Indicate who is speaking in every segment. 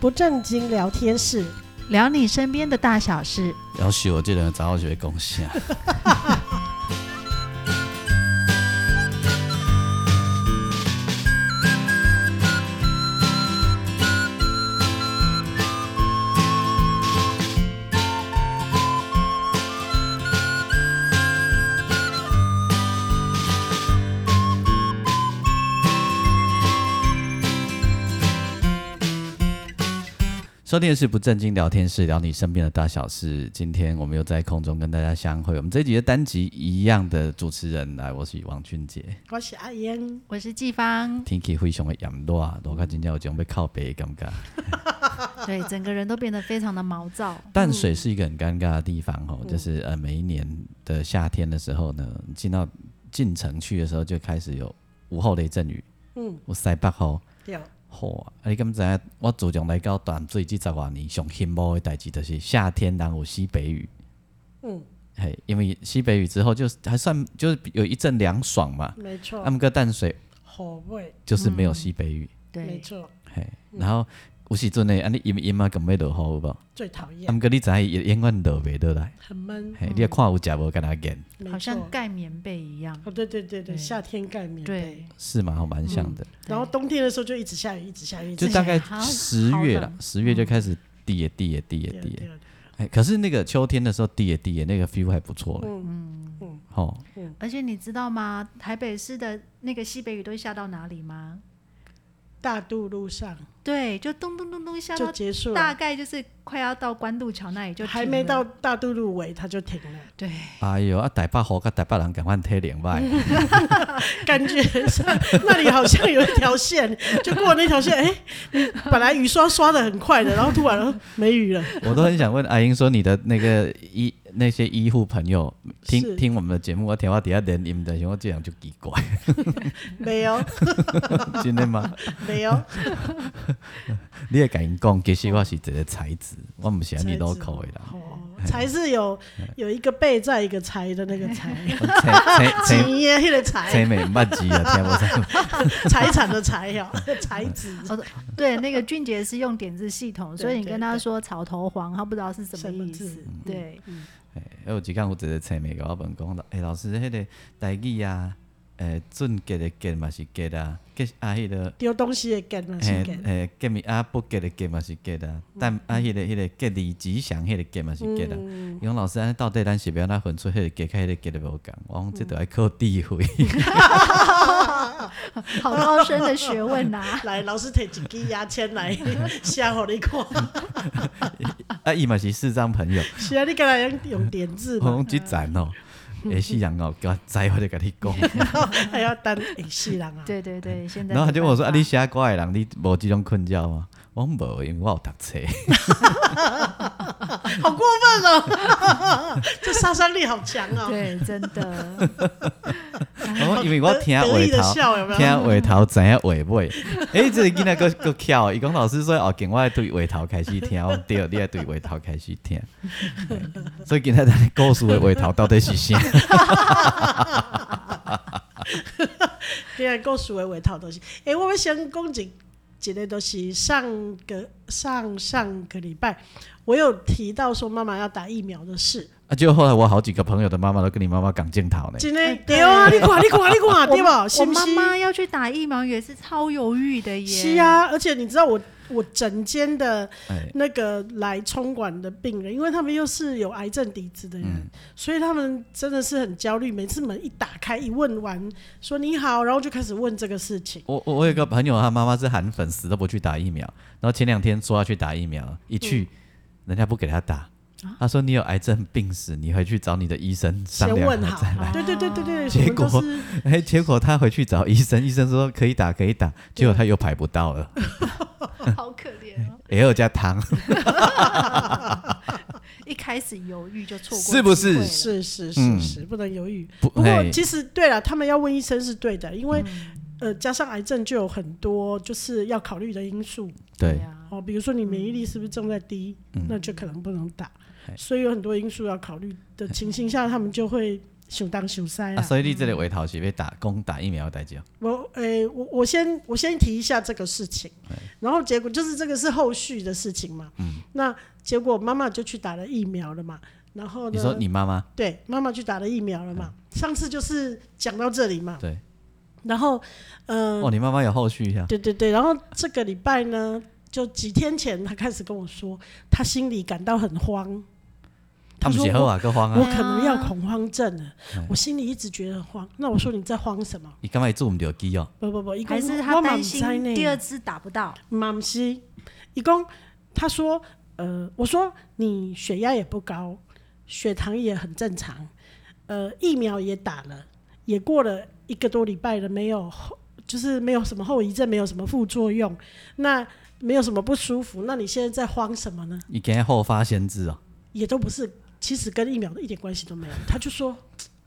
Speaker 1: 不正经聊天室，
Speaker 2: 聊你身边的大小事。
Speaker 3: 要许我这人早我就会贡献。啊 收听的是不正经聊天室，聊你身边的大小事。今天我们又在空中跟大家相会。我们这一集的单集一样的主持人来，我是王俊杰
Speaker 1: 我是阿燕，
Speaker 2: 我是季 芳，
Speaker 3: 天气非常的炎热，热到今天有种被靠背的尴尬。
Speaker 2: 对，整个人都变得非常的毛躁。
Speaker 3: 淡水是一个很尴尬的地方哦，就是呃每一年的夏天的时候呢，进到进城去的时候就开始有午后雷阵雨，
Speaker 1: 嗯，
Speaker 3: 有西北哦风。
Speaker 1: 对，
Speaker 3: 好啊！啊你敢知影？我自从来到淡水这十外年，上羡慕的代志就是夏天人有西北雨。
Speaker 1: 嗯，
Speaker 3: 嘿，因为西北雨之后就还算就是有一阵凉爽嘛。
Speaker 1: 没错
Speaker 2: 哦
Speaker 3: 啊，，姆哥淡水
Speaker 1: 好味，
Speaker 3: 就是没有西北雨，
Speaker 1: 没
Speaker 2: 对，
Speaker 1: 错，
Speaker 3: 嘿，
Speaker 2: 嗯
Speaker 3: 然后有时阵呢，啊你阴阴啊，咁要落雨有无？啊
Speaker 1: 最讨厌，
Speaker 3: 姆哥你知伊永远落袂落来，
Speaker 1: 很闷，
Speaker 2: 嗯
Speaker 3: 嘿，你也看有食无，敢若见
Speaker 1: 没错
Speaker 2: 好像。盖棉被一样。
Speaker 1: 哦，对对对对，
Speaker 2: 对
Speaker 1: 夏天盖棉被
Speaker 2: 对，，
Speaker 3: 是嘛？吼蛮像
Speaker 2: 嗯
Speaker 3: 的，
Speaker 1: 然后冬天的时候就一直下雨，一直下雨，一直
Speaker 3: 就
Speaker 1: 下
Speaker 3: 大概
Speaker 2: 好
Speaker 3: 十月
Speaker 2: 嗯
Speaker 3: 啦
Speaker 2: 好，冷嗯
Speaker 3: 十月就开始滴也滴也滴也
Speaker 1: 雨
Speaker 3: 滴
Speaker 1: 对
Speaker 3: 也，
Speaker 1: 对
Speaker 3: 哎，可是那个秋天的时候滴也滴也，那个 feel 还不错嘞，嗯吼，
Speaker 2: 而且你知道吗？台北市的那个西北雨都下到哪里吗？
Speaker 1: 大渡路上
Speaker 2: 对，就咚咚咚咚下
Speaker 1: 就
Speaker 2: 到
Speaker 1: 结束
Speaker 2: 大
Speaker 1: 了，
Speaker 2: 概就是快要到关渡桥那里就停
Speaker 1: 还没
Speaker 2: 了
Speaker 1: 到大渡路尾它就停了，
Speaker 2: 对，
Speaker 3: 哎哟，啊台北雨甲台北人赶快体谅歹。
Speaker 1: 感觉上那里好像有一条线， 就过那条线，哎，你本来雨刷刷的很快的，然后突然哦没雨了，
Speaker 3: 我都很想问阿英说，你的那个医那些医护朋友
Speaker 1: 是
Speaker 3: 听听我们的节目，我听我底下连你们的，我这样就奇怪，
Speaker 1: 没有
Speaker 3: 真的吗？
Speaker 1: 没有，
Speaker 3: 你也敢讲，其实我是一个才子，我不是你 local 的啦，
Speaker 1: 哦，才是有有一个背在一个才的那个才，
Speaker 3: 我才才
Speaker 1: 钱
Speaker 3: 才
Speaker 1: 耶，那个才
Speaker 3: 才美捌字啊，听不上。
Speaker 1: 财产的财 呀，才子
Speaker 2: 哦对，那个俊杰是用点字系 统，所以你
Speaker 1: 对对
Speaker 2: 跟他
Speaker 1: 对
Speaker 2: 说草头黄，他不知道是什
Speaker 1: 什
Speaker 2: 么嗯
Speaker 1: 么
Speaker 2: 意
Speaker 1: 字
Speaker 2: 思。对，
Speaker 3: 哎，有一天有一个青妹甲我问讲，诶、老师，迄、个台语啊，诶、准结的结嘛是结啊，结啊迄、个。
Speaker 1: 丢东西也干了，嗯是
Speaker 3: 诶
Speaker 1: 干，
Speaker 3: 诶，结咪啊，不结的结嘛是结啊，但啊，迄个迄个结李吉祥，迄个结嘛是结啊。
Speaker 1: 嗯，
Speaker 3: 杨老师，安尼到底咱是要哪分出迄个结开迄个结的无共？我讲这都
Speaker 1: 嗯
Speaker 3: 要靠智慧。
Speaker 2: 好高深的学问啊呐、
Speaker 1: 来，老师摕一支牙签来 写互你看，
Speaker 3: 啊，伊嘛是四张朋友，
Speaker 1: 是啊，你敢来用用点字
Speaker 3: 我
Speaker 1: 嘛，
Speaker 3: 讲即层哦，
Speaker 1: 嗯
Speaker 3: 下世人哦，叫我知我就甲你 讲。
Speaker 1: 还要当演戏人啊，
Speaker 2: 哦对对对，现在
Speaker 3: 然后他
Speaker 2: 没
Speaker 3: 就
Speaker 2: 办
Speaker 3: 问我说：“啊，
Speaker 2: 法
Speaker 3: 你写歌的人，你无即种困扰吗？”我讲无，因为我有读册。
Speaker 1: 好过分哦， 这杀伤力好强哦，
Speaker 2: 对，真的
Speaker 3: 我讲因为我听
Speaker 1: 得意的
Speaker 3: 话头，
Speaker 1: 笑有没有？
Speaker 3: 听话头知影话尾。 诶，这个囡仔佫佫巧，伊讲老师说哦，今我要对话头开始听，我讲对，你要对话头开始 听。嘿所以今仔咱的故事的话头到底是 啊啥？
Speaker 1: 今日故事的尾头都是，诶、我要先讲一一个，就是上个上上个礼拜，我有提到说妈妈要打疫苗的事，
Speaker 3: 啊，就后来我好几个朋友的妈妈都跟你妈妈讲镜头呢。
Speaker 1: 真
Speaker 2: 哎
Speaker 1: 的
Speaker 2: 对
Speaker 1: 对啊，你看你看你看，对吧？
Speaker 2: 我
Speaker 1: 是不
Speaker 2: 妈
Speaker 1: 是？
Speaker 2: 妈要去打疫苗也是超犹豫的耶。
Speaker 1: 是，啊，而且你知道我我整间的
Speaker 3: 哎，
Speaker 1: 那个来冲管的病人，因为他们又是有癌症底子的人，
Speaker 3: 嗯
Speaker 1: 所以他们真的是很焦虑。每次门一打开，一问完说你好，然后就开始问这个事情。
Speaker 3: 我我我有个朋友，他妈妈是韩粉，死都不去打疫苗。然后前两天说要去打疫苗，一
Speaker 1: 嗯
Speaker 3: 去、人家不给他打，
Speaker 1: 啊
Speaker 3: 他说你有癌症病史，你回去找你的医生商
Speaker 1: 先
Speaker 3: 量啊
Speaker 1: 问好
Speaker 3: 再来。，
Speaker 1: 对对对对对，
Speaker 3: 结果
Speaker 1: 我们都是
Speaker 3: 哎，结果他回去找医生，医生说可以打可以打，结果他又排不 到了，
Speaker 2: 好可怜哦，
Speaker 3: L 加糖，
Speaker 2: 一开始犹豫就错过机会了，
Speaker 3: 是不是
Speaker 1: 是是是
Speaker 3: 嗯
Speaker 1: 是，不能犹豫。
Speaker 3: 不
Speaker 1: 不过
Speaker 3: 哎
Speaker 1: 其实对了，他们要问医生是对的，因为、
Speaker 2: 嗯
Speaker 1: 呃，加上癌症就有很多就是要考虑的因素
Speaker 3: 对，
Speaker 2: 啊，
Speaker 1: 哦，比如说你免疫力是不是正在低，
Speaker 3: 嗯
Speaker 1: 那就可能不能打，所以有很多因素要考虑的情形下，他们就会想当想塞
Speaker 3: 啊，
Speaker 1: 啊。
Speaker 3: 所以你这里尾头是被打工打疫苗代志哦，
Speaker 1: 我诶、我我先我先提一下这个事情，然后结果就是这个是后续的事情嘛。嗯。那结果妈妈就去打了疫苗了嘛，然后呢？
Speaker 3: 你说你妈妈
Speaker 1: 对，妈妈去打了疫苗了嘛。上次就是讲到这里嘛。
Speaker 3: 对，
Speaker 1: 然后，呃，
Speaker 3: 哦，你妈妈有后续一下，
Speaker 1: 对对对，然后这个礼拜呢，就几天前他开始跟我说，他心里感到很慌。
Speaker 3: 他们
Speaker 1: 说
Speaker 3: 写后啊，个慌
Speaker 1: 我
Speaker 3: 啊，
Speaker 1: 可能要恐慌症了
Speaker 3: 哎，
Speaker 1: 我心里一直觉得很慌。那我说你在慌什么？
Speaker 3: 你干嘛也做唔到机哦？
Speaker 1: 不不不，一共
Speaker 2: 还是他担心第二次打不到，
Speaker 1: 妈不是，一共他说，呃，我说你血压也不高，血糖也很正常，呃，疫苗也打了，也过了一个多礼拜了，没有后，就是没有什么后遗症，没有什么副作用，那没有什么不舒服，那你现在在慌什么呢？
Speaker 3: 你今天后发先至哦，
Speaker 1: 也都不是，其实跟疫苗的一点关系都没有。他就说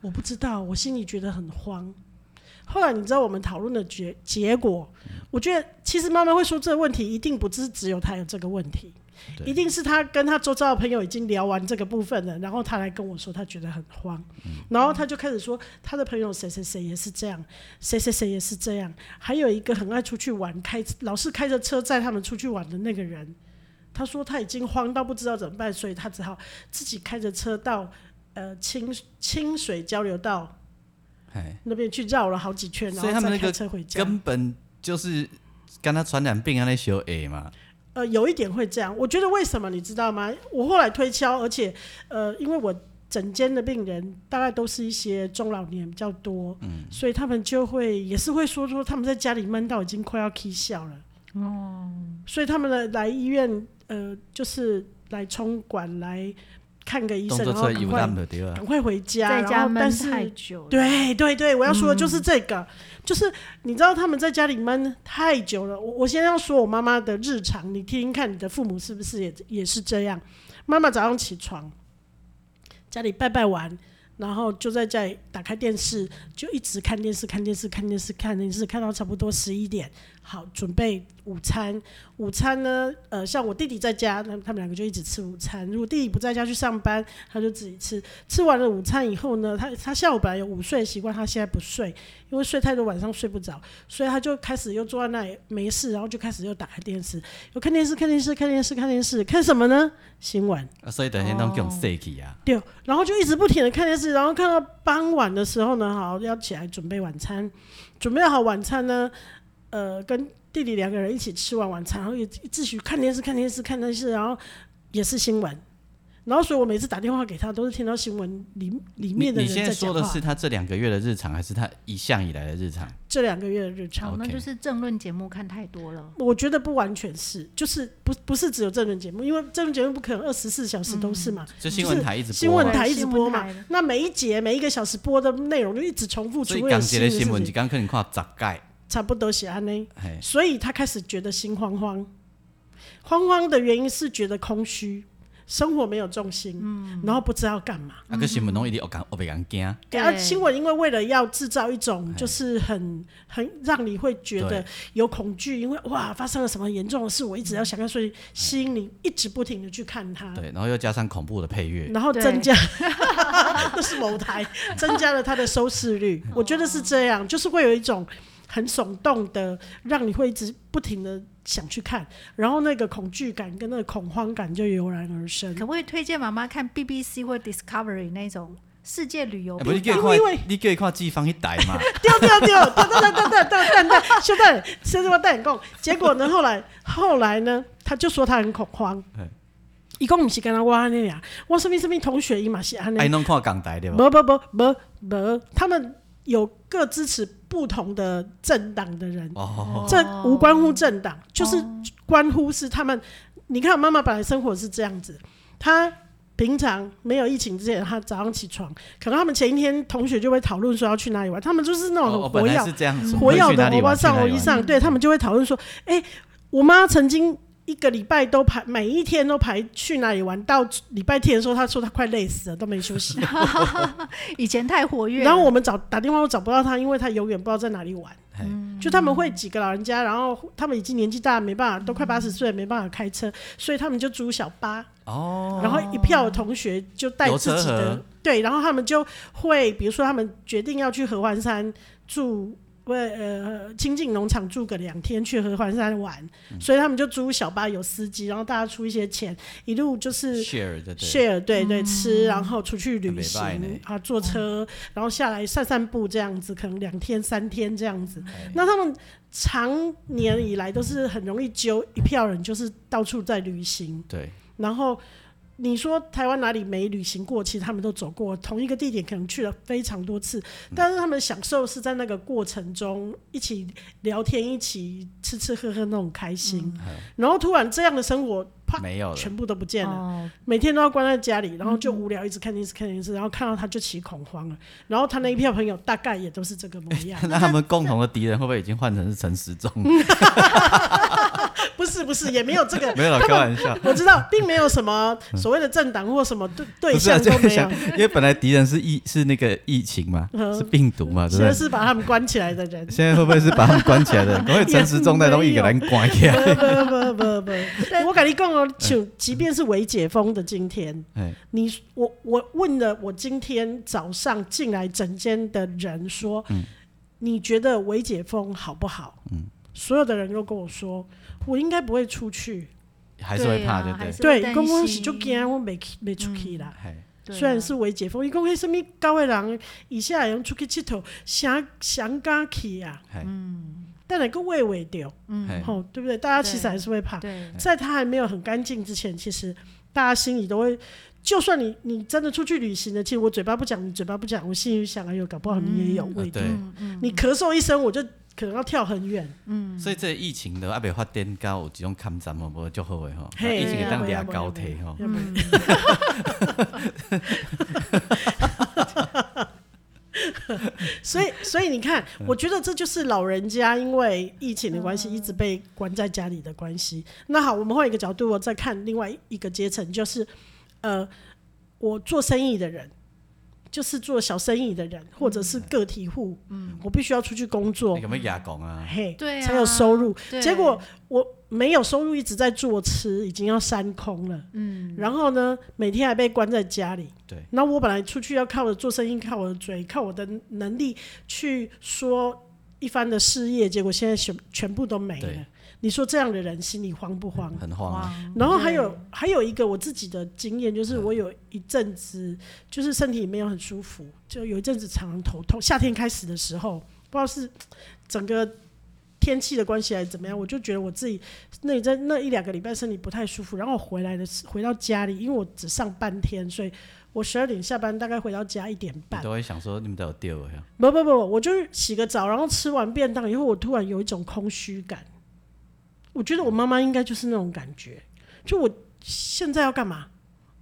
Speaker 1: 我不知道，我心里觉得很慌。后来你知道我们讨论的结结果，我觉得其实妈妈会说这个问题，一定不是只有她有这个问题，
Speaker 3: 对
Speaker 1: 一定是她跟她周遭的朋友已经聊完这个部分了，然后她来跟我说她觉得很慌，
Speaker 3: 嗯
Speaker 1: 然后她就开始说她的朋友谁谁谁也是这样，谁谁谁也是这样，还有一个很爱出去玩，开老是开着车载他们出去玩的那个人，他说他已经慌到不知道怎么办，所以他只好自己开着车到呃清清水交流道
Speaker 3: 哎，
Speaker 1: 那边去绕了好几圈，然
Speaker 3: 所以他
Speaker 1: 后
Speaker 3: 们
Speaker 1: 再
Speaker 3: 那个
Speaker 1: 开车回家。
Speaker 3: 根本就是跟他传染病安尼小 A 嘛，
Speaker 1: 呃，有一点会这样，我觉得为什么你知道吗？我后来推敲，而且呃，因为我整间的病人大概都是一些中老年比较多，
Speaker 3: 嗯
Speaker 1: 所以他们就会也是会说说他们在家里闷到已经快要气笑了，哦，所以他们来来医院呃，就是来冲管来看个医
Speaker 3: 动
Speaker 1: 生，哦
Speaker 3: 作
Speaker 1: 然后
Speaker 3: 车有
Speaker 1: 赶
Speaker 3: 他们
Speaker 1: 快
Speaker 3: 就对啊
Speaker 1: 赶，快回家，
Speaker 2: 在
Speaker 1: 然
Speaker 2: 家
Speaker 1: 后但
Speaker 2: 闷
Speaker 1: 是
Speaker 2: 太久了，
Speaker 1: 对对对，我要说的就是这个，就是你知道他们在家里闷太久了。我我先要说我妈妈的日常，你听听看，你的父母是不是也也是这样？妈妈早上起床，家里拜拜完，然后就在家里打开电视，就一直看电视，看电视，看电视，看电视，看到差不多十一点，好准备午餐。午餐呢，呃，像我弟弟在家，那他们两个就一直吃午餐。如果弟弟不在家去上班，他就自己吃。吃完了午餐以后呢，他他下午本来有午睡的习惯，他现在不睡，因为睡太多晚上睡不着，所以他就开始又坐在那里没事，然后就开始又打开电视，又看电视看电视看电视看电视，看什么呢？新闻。
Speaker 3: 啊所以等下拢用死去啊，
Speaker 1: 对，然后就一直不停的看电视，然后看到傍晚的时候呢，好要起来准备晚餐，准备好晚餐呢，呃，跟弟弟两个人一起吃完晚餐，然后也继续看电视、看电视、看电视，然后也是新闻，然后所以我每次打电话给他，都是听到新闻里里
Speaker 3: 你
Speaker 1: 面的
Speaker 3: 你
Speaker 1: 人
Speaker 3: 现在
Speaker 1: 在讲
Speaker 3: 说的
Speaker 1: 话
Speaker 3: 是。他这两个月的日常，还是他一向以来的日常？
Speaker 1: 这两个月的日常，
Speaker 2: 好，那
Speaker 3: OK
Speaker 2: 就是政论节目看太多了，
Speaker 1: 我觉得不完全是，就是不不是只有政论节目，因为政论节目不可能二十四小时都是嘛，
Speaker 3: 就新闻台一直
Speaker 1: 新
Speaker 3: 播啊
Speaker 1: 闻
Speaker 3: 嘛，
Speaker 1: 台一直播
Speaker 2: 新
Speaker 1: 嘛
Speaker 2: 闻台，
Speaker 1: 那每一节每一个小时播的内容就一直重复
Speaker 3: 所以
Speaker 1: 出
Speaker 3: 港
Speaker 1: 现新
Speaker 3: 一个
Speaker 1: 的
Speaker 3: 新闻
Speaker 1: 事
Speaker 3: 一
Speaker 1: 情，
Speaker 3: 天可能看十届，啊
Speaker 1: 差不多是安尼，
Speaker 3: 嘿，
Speaker 1: 所以他开始觉得心慌慌，慌慌的原因是觉得空虚，生活没有重心，
Speaker 2: 嗯
Speaker 1: 然后不知道干嘛。
Speaker 3: 啊个新闻拢一直学讲学袂讲惊，
Speaker 1: 对啊，新闻因为为了要制造一种就是很很让你会觉得
Speaker 3: 对嗯
Speaker 1: 有恐惧，因为哇发生了什么严重的事，我一直要想看，所以吸引你一直不停的去看它，
Speaker 3: 对，然后又加上恐怖的配乐，
Speaker 1: 然后
Speaker 2: 对
Speaker 1: 增加，那是某台增加了它的收视率，我觉得是这样，就是会有一种很耸动的，让你会一直不停的想去看，然后那个恐惧感跟那个恐慌感就油然而 生。
Speaker 2: 可不可以推荐妈妈看 BBC 或 Discovery 那种世界旅游
Speaker 3: 啊，？不是你叫
Speaker 1: 因
Speaker 3: 伊
Speaker 1: 为因为
Speaker 3: 看，你叫伊看季芳迄台 嘛，
Speaker 1: 丢丢丢，等等等等等等等，小蛋，先生我带你讲，结果呢，后来后来呢，他就说他很恐慌
Speaker 3: 嗯，
Speaker 1: 伊讲毋是干那我安尼俩，我身边身边同学伊嘛是安尼
Speaker 3: 哎，，拢看港台对吧？
Speaker 1: 无无无无无，他们有各支持不同的政党的人，
Speaker 3: 哦，
Speaker 1: 这无关乎政党，就是关乎是他们。你看，我妈妈本来生活是这样子，她平常没有疫情之前，她早上起床，可能他们前一天同学就会讨论说要去哪里玩，他们就是那种
Speaker 3: 哦
Speaker 1: 很
Speaker 3: 哦
Speaker 1: 活
Speaker 3: 本
Speaker 1: 跃
Speaker 3: 来是这样子，
Speaker 1: 火药的
Speaker 3: 我
Speaker 1: 欧巴上
Speaker 3: 我
Speaker 1: 欧一上，对他们就会讨论说，哎、我妈曾经一个礼拜都排，每一天都排去哪里玩，到礼拜天的时候，她说她快累死了，都没休息。
Speaker 2: 以前太活跃了，
Speaker 1: 然后我们找打电话，我找不到她，因为她永远不知道在哪里玩。
Speaker 3: 嘿
Speaker 1: 就他们会几个老人家，然后他们已经年纪大，没办法，都快八十岁，没办法开车，所以他们就租小巴，
Speaker 3: 哦，
Speaker 1: 然后一票同学就带自己
Speaker 3: 有车
Speaker 1: 的
Speaker 3: 盒
Speaker 1: 对，然后他们就会，比如说他们决定要去合欢山住我呃亲近农场住个两天，去合欢山玩，
Speaker 3: 嗯
Speaker 1: 所以他们就租小巴有司机，然后大家出一些钱，一路就是。
Speaker 3: share 对对，
Speaker 1: share 对对吃，然后出去旅
Speaker 3: 很美
Speaker 1: 行
Speaker 3: 呢
Speaker 1: 啊，坐车，然后下来散散步这样子，可能两天三天这样子。那他们常年以来都是很容易揪一票人，就是到处在旅行。
Speaker 3: 对
Speaker 1: 然后你说台湾哪里没旅行过？其实他们都走过同一个地点，可能去了非常多次，
Speaker 3: 嗯
Speaker 1: 但是他们享受是在那个过程中一起聊天、一起吃吃喝喝那种开心。然后突然这样的生活，啪，
Speaker 3: 嗯没有了，
Speaker 1: 全部都不见了。
Speaker 2: 哦，
Speaker 1: 每天都要关在家里，然后就无聊，一直看电视看电视，然后看到他就起恐慌了。然后他那一票朋友大概也都是这个模样
Speaker 3: ，那他们共同的敌人会不会已经换成是陈时中？
Speaker 1: 不是不是，也没有这个
Speaker 3: 没有啦，开玩笑。
Speaker 1: 我知道，并没有什么所谓的政党或什么对对
Speaker 3: 不是啊，
Speaker 1: 象
Speaker 3: 就
Speaker 1: 都
Speaker 3: 是
Speaker 1: 没有
Speaker 3: 想，，因为本来敌人是疫是那个疫情嘛，
Speaker 1: 嗯
Speaker 3: 是病毒嘛，对
Speaker 1: 其
Speaker 3: 不
Speaker 1: 实
Speaker 3: 对？。
Speaker 1: 是把他们关起来的人
Speaker 3: 现在会不会是把他们关起来 的？可能会陈时中那东西给咱关
Speaker 1: 不
Speaker 3: 起来。
Speaker 1: 不不不不，我跟你讲哦，就即便是未解封的今天，
Speaker 3: 哎，
Speaker 1: 你我我问了我今天早上进来整间的人说，你觉得未解封好不好？所有的人都跟我说，我应该不会出去。
Speaker 3: 还是会怕，
Speaker 2: 对啊
Speaker 3: 对不
Speaker 2: 还
Speaker 3: 对
Speaker 2: 是？
Speaker 1: 对，
Speaker 2: 担
Speaker 1: 公公是
Speaker 2: 心
Speaker 1: 就惊我没去没出去啦。
Speaker 3: 哎，
Speaker 2: 对啊
Speaker 1: 虽然是未解封，伊讲迄什物高的人，以下会用出去佚佗，谁谁敢去啊？
Speaker 3: 哎，
Speaker 2: 嗯
Speaker 1: 但来个畏畏掉，
Speaker 3: 哎，
Speaker 1: 吼、对不对？大家其实
Speaker 2: 对
Speaker 1: 还是会怕。
Speaker 2: 对
Speaker 1: 在他还没有很干净之前，其实大家心里都会，就算你你真的出去旅行了，其实我嘴巴不讲，你嘴巴不讲，我心里想，哎呦，搞不好你也有
Speaker 3: 呃
Speaker 1: 味道。
Speaker 3: 对，
Speaker 1: 你咳嗽一声，我就可能要跳很远。
Speaker 3: 所以这疫情的阿啊北发展到有这种抗战嘛，无就好诶吼，
Speaker 1: 嘿
Speaker 3: 疫情会当
Speaker 1: 对啊对啊
Speaker 3: 掠高铁吼，
Speaker 1: 要不然所以，所以你看，我觉得这就是老人家因为疫情的关系，一直被关在家里的关系。那好，我们换一个角度，我哦再看另外一个阶层，就是呃，我做生意的人，就是做小生意的人，或者是个体户，嗯，我必须要出去工作
Speaker 3: 你，有没有牙讲啊？
Speaker 1: 嘿，
Speaker 2: 对啊
Speaker 1: 才有收入。
Speaker 2: 对
Speaker 1: 结果我没有收入，一直在坐吃，已经要山空了。嗯，然后呢，每天还被关在家里。
Speaker 3: 对，
Speaker 1: 那我本来出去要靠我的做生意，靠我的嘴，靠我的能力去说一番的事业，结果现在全全部都没了
Speaker 3: 对。
Speaker 1: 你说这样的人心里慌不慌？
Speaker 3: 很慌啊，
Speaker 1: 然后还有还有一个我自己的经验，就是我有一阵子就是身体没有很舒服，就有一阵子常常头痛。夏天开始的时候，不知道是整个天气的关系还是怎么样，我就觉得我自己那在那一两个礼拜身体不太舒服。然后我回来的时回到家里，因为我只上半天，所以我十二点下班，大概回到家一点
Speaker 3: 你
Speaker 1: 半。
Speaker 3: 都会想说你们都有丢诶，
Speaker 1: 不不不，我就是洗个澡，然后吃完便当以后，我突然有一种空虚感。我觉得我妈妈应该就是那种感觉，就我现在要干嘛，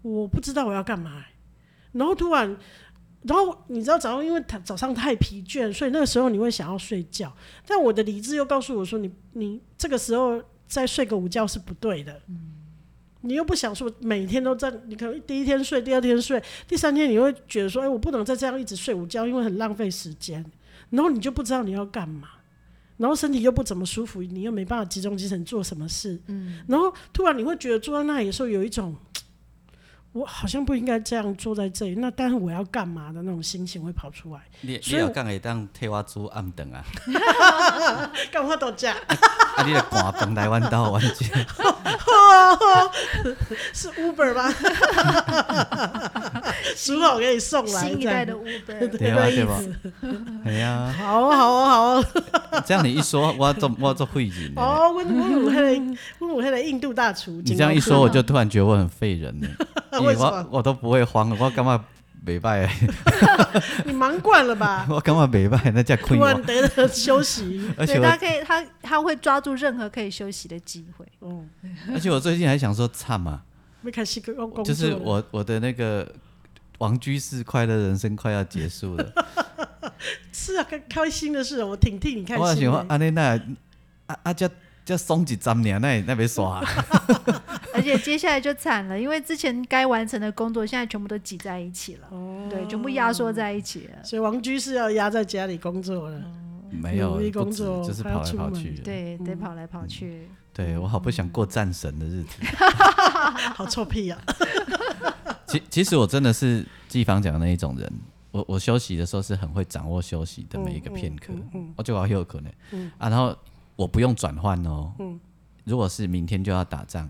Speaker 1: 我不知道我要干嘛欸、然后突然，然后你知道早上因为太早上太疲倦，所以那个时候你会想要睡觉，但我的理智又告诉我说你，你这个时候再睡个午觉是不对的。你又不想说每天都在，你可能第一天睡，第二天睡，第三天你会觉得说，哎、我不能再这样一直睡午觉，因为很浪费时间。然后你就不知道你要干嘛，然后身体又不怎么舒服，你又没办法集中精神做什么事。嗯，然后突然你会觉得坐在那里的时候有一种，我好像不应该这样坐在这里，那但是我要干嘛的那种心情会跑出来，
Speaker 3: 你你
Speaker 1: 所以
Speaker 3: 有讲会当替我煮暗顿啊，
Speaker 1: 干嘛都这样？
Speaker 3: 啊你来赶饭来阮兜阮家，
Speaker 1: 是 Uber 吗？ 煮好给你送来，
Speaker 2: 新一代的 Uber，
Speaker 3: 对吧
Speaker 1: 这
Speaker 3: 对
Speaker 1: 样
Speaker 3: 吧
Speaker 1: 意思？
Speaker 3: 哎呀，
Speaker 1: 好哦好哦好哦。
Speaker 3: 这样你一说，我 做我做会人 呢。
Speaker 1: 哦，阮阮有迄 个，阮有迄个印度大厨。
Speaker 3: 你这样一说，我就突然觉得我很废人 呢，因
Speaker 1: 为什么
Speaker 3: 我我都不会慌，我干嘛没拜？
Speaker 1: 你忙惯了吧？
Speaker 3: 我干嘛没拜？那叫亏
Speaker 1: 突然
Speaker 3: 我，
Speaker 1: 得了休 息，
Speaker 3: 而且
Speaker 2: 对，
Speaker 3: 我
Speaker 2: 他可以，他他会抓住任何可以休息的机会。
Speaker 1: 哦，
Speaker 3: 而且我最近还想说，惨嘛，
Speaker 1: 没开始工工作了
Speaker 3: 就是我我的那个王居士快乐人生快要结束了，
Speaker 1: 是啊，开开心的事，我挺替你 开
Speaker 3: 我
Speaker 1: 心
Speaker 3: 想说
Speaker 1: 的。
Speaker 3: 安尼那啊啊这这松一针尔，那那边耍，
Speaker 2: 而且接下来就惨了，因为之前该完成的工作，现在全部都挤在一起了，对，全部压缩在一起了。
Speaker 1: 所以王居是要压在家里工作了，
Speaker 3: 没有
Speaker 1: 努力
Speaker 3: 不
Speaker 1: 工
Speaker 3: 止
Speaker 1: 作
Speaker 3: 就是
Speaker 1: 还要
Speaker 3: 跑来
Speaker 1: 出
Speaker 3: 跑
Speaker 1: 门
Speaker 3: 去的，
Speaker 2: 对，得跑来跑去，
Speaker 3: 对我好不想过战神的日子。
Speaker 1: 好臭屁啊！
Speaker 3: 其其实我真的是季芳讲的那一种人，我我休息的时候是很会掌握休息的每一个片刻，我就要休克呢
Speaker 1: 嗯，
Speaker 3: 啊，然后我不用转换哦，如果是明天就要打仗，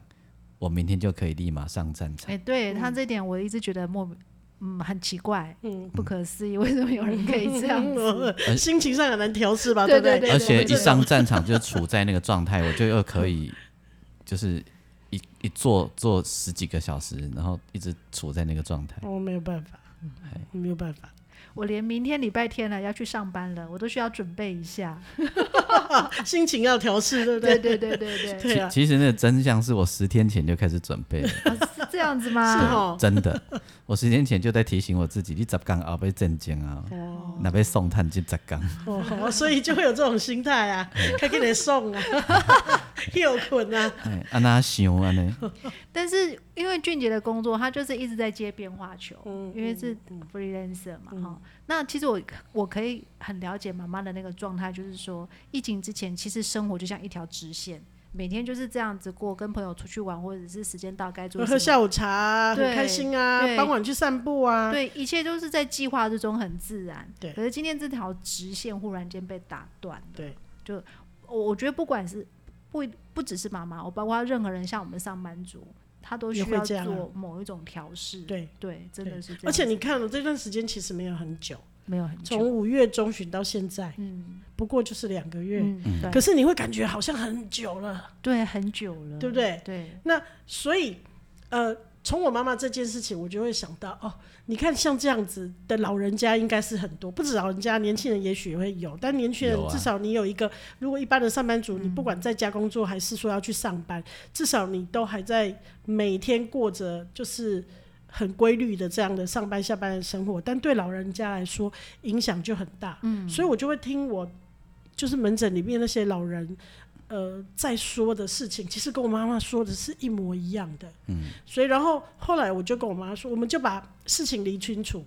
Speaker 3: 我明天就可以立马上战场
Speaker 2: 哎、，对他这点我一直觉得莫名，嗯，很奇怪，
Speaker 1: 嗯
Speaker 2: 不可思议，为什么有人可以这样 子？
Speaker 3: 呃
Speaker 1: 嗯心情上很难调试吧？
Speaker 2: 对
Speaker 1: 不对
Speaker 2: 对
Speaker 3: 而
Speaker 2: 我
Speaker 3: 且
Speaker 2: 们这
Speaker 3: 一
Speaker 2: 种
Speaker 3: 上战场就处在那个状态，我就又可以就是一一坐坐十几个小时，然后一直处在那个状态。
Speaker 1: 我哦没有办法，
Speaker 3: 哎
Speaker 1: 我没有办法。
Speaker 2: 我连明天礼拜天了要去上班了，我都需要准备一下。
Speaker 1: 心情要调试，对不
Speaker 2: 对
Speaker 1: 对？
Speaker 2: 对对对对，
Speaker 1: 对啊，
Speaker 3: 其实那个真相是我十天前就开始准备了，
Speaker 2: 啊是这样子
Speaker 1: 是
Speaker 2: 吗？
Speaker 1: 哦
Speaker 3: 对，真的，我十天前就在提醒我自己，你十刚啊被震惊啊，
Speaker 2: 哦
Speaker 3: 哪被送炭进十刚，
Speaker 1: 哦，所以就会有这种心态 啊，开给你送啊，又困 啊，
Speaker 3: 哎，啊那想啊呢，
Speaker 2: 但是因为俊杰的工作，他就是一直在接变化球，
Speaker 1: 嗯
Speaker 2: 因为是 freelancer 嘛，哈、那其实我我可以很了解妈妈的那个状态，就是说疫情之前，其实生活就像一条直线，每天就是这样子过，跟朋友出去玩，或者是时间到该 做
Speaker 1: 喝
Speaker 2: 什么。
Speaker 1: 下午茶啊很
Speaker 2: 对
Speaker 1: 开心啊，
Speaker 2: 对
Speaker 1: 傍晚去散步啊，
Speaker 2: 对，一切都是在计划之中，很自然。
Speaker 1: 对
Speaker 2: 可是今天这条直线忽然间被打断了。
Speaker 1: 对，
Speaker 2: 就我我觉得不管是不不只是妈妈，我包括任何人，像我们上班族，他都需
Speaker 1: 也会
Speaker 2: 要
Speaker 1: 这样啊
Speaker 2: 做某一种调试。
Speaker 1: 对
Speaker 2: 对，真的是这样子。
Speaker 1: 而且你看，我这段时间其实没有很久，
Speaker 2: 没有很久
Speaker 1: 从，五月中旬到现在，
Speaker 2: 嗯，
Speaker 1: 不过就是两个月。
Speaker 2: 嗯，对
Speaker 1: 可是你会感觉好像很久了，
Speaker 2: 对，很久了，
Speaker 1: 对不对？
Speaker 2: 对，
Speaker 1: 所以，呃，从我妈妈这件事情，我就会想到哦，你看像这样子的老人家应该是很多，不止老人家，年轻人也许也会有，但年轻人
Speaker 3: 有啊
Speaker 1: 至少你有一个，如果一般的上班族，你不管在家工作还是说要去上班，至少你都还在每天过着就是。很规律的这样的上班下班的生活，但对老人家来说影响就很大。嗯，所以我就会听我就是门诊里面那些老人，呃，在说的事情，其实跟我妈妈说的是一模一样的。嗯，所以然后后来我就跟我妈说，我们就把事情理清楚，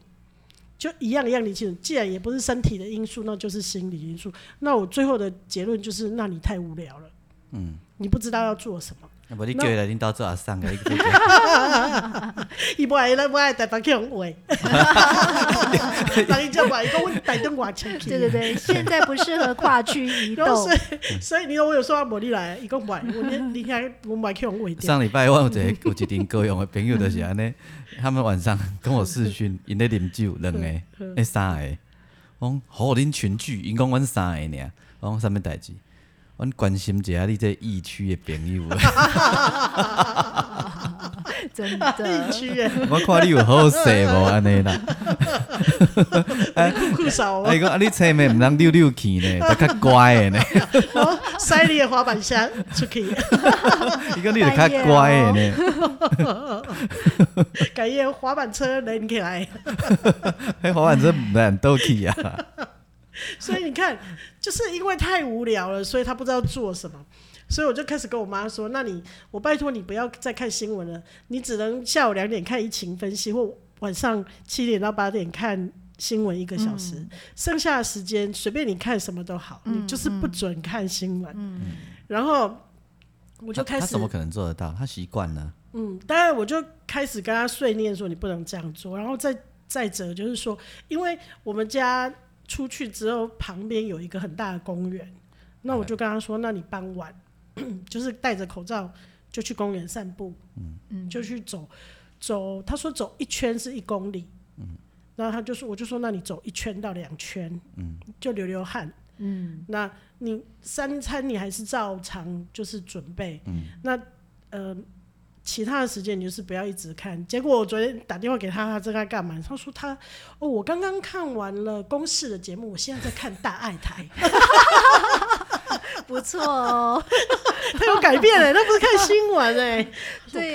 Speaker 1: 就一样一样理清楚。既然也不是身体的因素，那就是心理因素。那我最后的结论就是，那你太无聊了。嗯，你不知道要做什么。
Speaker 3: 那不啊你叫伊来恁到做阿上个，你直接
Speaker 1: 伊无爱来，无爱台北去用话，人伊就话伊讲，阮台中外亲
Speaker 2: 对
Speaker 1: 去。
Speaker 2: 对对，现在不适合跨区移动
Speaker 1: 然，后所以所以你我有说啊，无你来，伊讲袂，我你你遐我袂去用话掉。
Speaker 3: 上礼拜我有一个
Speaker 1: 嗯
Speaker 3: 有一阵高雄的朋友就是安尼，他们晚上跟我视讯，因咧啉酒，两
Speaker 1: 嗯
Speaker 3: 个，那三个，我讲好恁群聚，因讲阮三个尔，我讲啥物代志？阮关心一下你这疫区的朋友，
Speaker 2: 真
Speaker 1: 地
Speaker 2: 的，
Speaker 1: 区耶，
Speaker 3: 我看你有好势 无安尼啦。
Speaker 1: 酷酷少
Speaker 3: 啊，
Speaker 1: 哦，
Speaker 3: 伊讲啊，你车妹毋通溜溜去呢， 得较乖的呢。
Speaker 1: 然后哦塞你的滑板箱出去，
Speaker 3: 伊讲你得较乖的呢，
Speaker 1: 改用滑板车连起来。哎
Speaker 3: 迄滑板车毋难倒去啊。
Speaker 1: 所以你看，就是因为太无聊了，所以他不知道做什么。所以我就开始跟我妈说：“那你，我拜托你不要再看新闻了，你只能下午两点看疫情分析，或晚上七点到八点看新闻一个小时，剩下的时间随便你看什么都好，你就是不准看新闻。然后我
Speaker 3: 我
Speaker 1: 就开
Speaker 3: 他
Speaker 1: 始
Speaker 3: 怎么可能做得到？他习惯了。
Speaker 1: 嗯，当然我就开始跟他碎念说你不能这样做，然后再再者就是说，因为我们家出去之后旁边有一个很大的公园，那我就跟他说，那你傍晚 就是戴着口罩就去公园散步，嗯，就去走走，他说走一圈是一公里，嗯，然后他就说我就说那你走一圈到两圈，嗯，就流流汗，嗯，那你三餐你还是照常就是准备，嗯，那呃。其他的时间你就是不要一直看。结果我昨天打电话给他，他正在干嘛？他说他哦，我刚刚看完了公视的节目，我现在在看大爱 台。
Speaker 2: 不错哦，
Speaker 1: 他有改变了，他不是看新闻哎、
Speaker 2: 对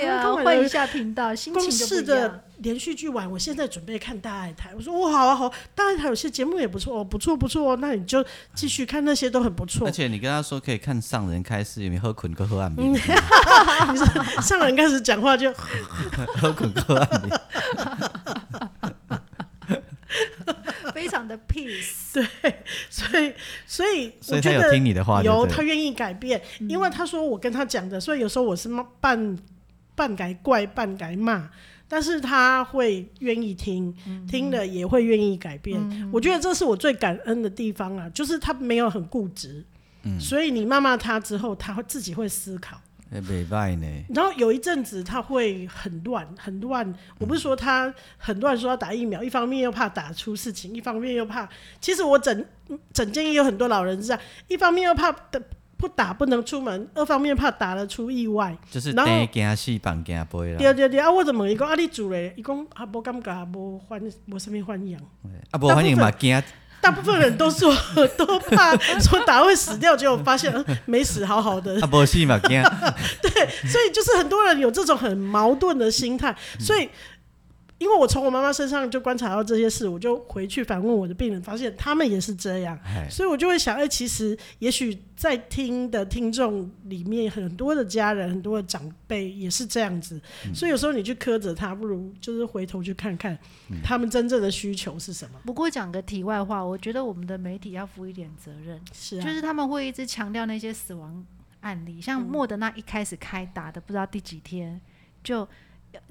Speaker 1: 我
Speaker 2: 呀，
Speaker 1: 刚刚看完
Speaker 2: 换
Speaker 1: 了
Speaker 2: 一下频道，心
Speaker 1: 公
Speaker 2: 情就
Speaker 1: 视
Speaker 2: 不一样。
Speaker 1: 的连续剧完，我现在准备看大爱台。我说哦，好啊好，大爱台有些节目也不错哦，不错不错哦，那你就继续看，那些都很不错
Speaker 3: 而。且你跟他说可以看上人开始，你喝困个喝暗眠，
Speaker 1: 嗯上人开始讲话就
Speaker 3: 喝困个喝暗眠。
Speaker 2: 非常的 peace，
Speaker 1: 所以所以
Speaker 3: 所
Speaker 1: 我
Speaker 3: 以他
Speaker 1: 觉
Speaker 3: 有
Speaker 1: 得
Speaker 3: 听你的话就
Speaker 1: 有
Speaker 3: 对了
Speaker 1: 他愿意改变，因为他说我跟他讲的，所以有时候我是骂半半改怪半改骂，但是他会愿意听，听了也会愿意改变。我觉得这是我最感恩的地方啊，就是他没有很固执，
Speaker 3: 嗯
Speaker 1: 所以你骂骂他之后，他会自己会思考。
Speaker 3: 那哎袂歹呢，
Speaker 1: 然后有一阵子他会很乱，很乱。我不是说他很乱，说要打疫苗，一方面又怕打出事情，一方面又怕。其实我整整间也有很多老人是这样，一方面又怕的不打不能出门，二方面怕打了出意外。
Speaker 3: 就是
Speaker 1: 然后
Speaker 3: 单惊死，放惊飞
Speaker 1: 对
Speaker 3: 啦。
Speaker 1: 对对，啊，我就问伊讲，啊，你住嘞？伊讲啊，无感觉，无反，无什么反应。
Speaker 3: 啊，无反正嘛惊，
Speaker 1: 大部分人都说 都怕说打会死掉，结果发现、呃没死，好好的。
Speaker 3: 啊无死嘛 惊。
Speaker 1: 所以就是很多人有这种很矛盾的心态，所以。因为我从我妈妈身上就观察到这些事，我就回去反问我的病人，发现他们也是这样，
Speaker 3: 哎
Speaker 1: 所以我就会想，哎、其实也许在听的听众里面，很多的家人、很多的长辈也是这样子，所以有时候你去苛责他，不如就是回头去看看他们真正的需求是什么。
Speaker 2: 不过讲个题外话，我觉得我们的媒体要负一点责任，
Speaker 1: 是啊，
Speaker 2: 就是他们会一直强调那些死亡案例，
Speaker 1: 嗯
Speaker 2: 像莫德纳一开始开打的，不知道第几天就。呃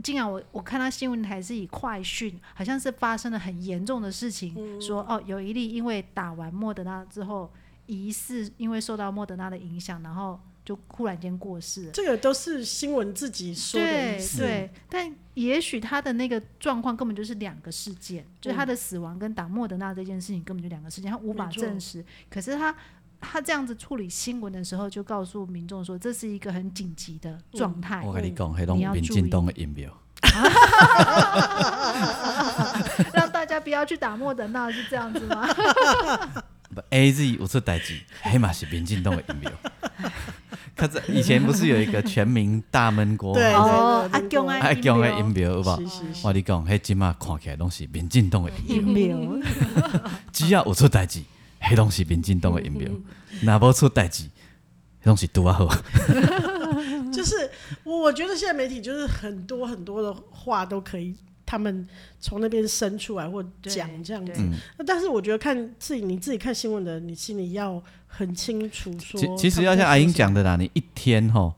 Speaker 2: 竟然我我看他新闻台是以快讯，好像是发生了很严重的事情，
Speaker 1: 嗯
Speaker 2: 说哦有一例因为打完莫德纳之后，疑似因为受到莫德纳的影响，然后就忽然间过世了。
Speaker 1: 这个都是新闻自己说的意
Speaker 2: 对
Speaker 1: 思，
Speaker 2: 对，但也许他的那个状况根本就是两个事件，就是他的死亡跟打莫德纳这件事情根本就两个事件，他无法
Speaker 1: 没错
Speaker 2: 证实。可是他他这样子处理新闻的时候，就告诉民众说这是一个很紧急的状
Speaker 1: 哎嗯
Speaker 2: 态。
Speaker 3: 我跟你讲，迄拢
Speaker 2: 你要
Speaker 3: 民
Speaker 2: 注
Speaker 3: 进
Speaker 2: 意
Speaker 3: 党的疫苗，
Speaker 2: 嗯让大家不要去打莫德纳，是这样子吗？
Speaker 3: 不 A Z 有出代志，迄嘛是民进党的疫 苗。较早以前不是有一个全民大闷 锅
Speaker 1: 对
Speaker 3: 吗，
Speaker 1: 哦
Speaker 2: 阿公啊
Speaker 3: 爱讲的疫苗有无？
Speaker 1: 是是 是，
Speaker 3: 我跟你讲，迄即马看起来拢是民进党的疫
Speaker 2: 疫
Speaker 3: 苗，
Speaker 1: 嗯
Speaker 2: 苗，
Speaker 3: 只要有出代志，迄拢是民进党的 疫苗。若无出代志，迄拢是拄啊好。
Speaker 1: 就是我我觉得现在媒体就是很多很多的话都可以，他们从那边生出来或讲这样子
Speaker 2: 对。
Speaker 3: 嗯
Speaker 1: 那但是我觉得看自己你自己看新闻的，你心里要很清楚说
Speaker 3: 其。其实要像阿英，讲的啦，你一天吼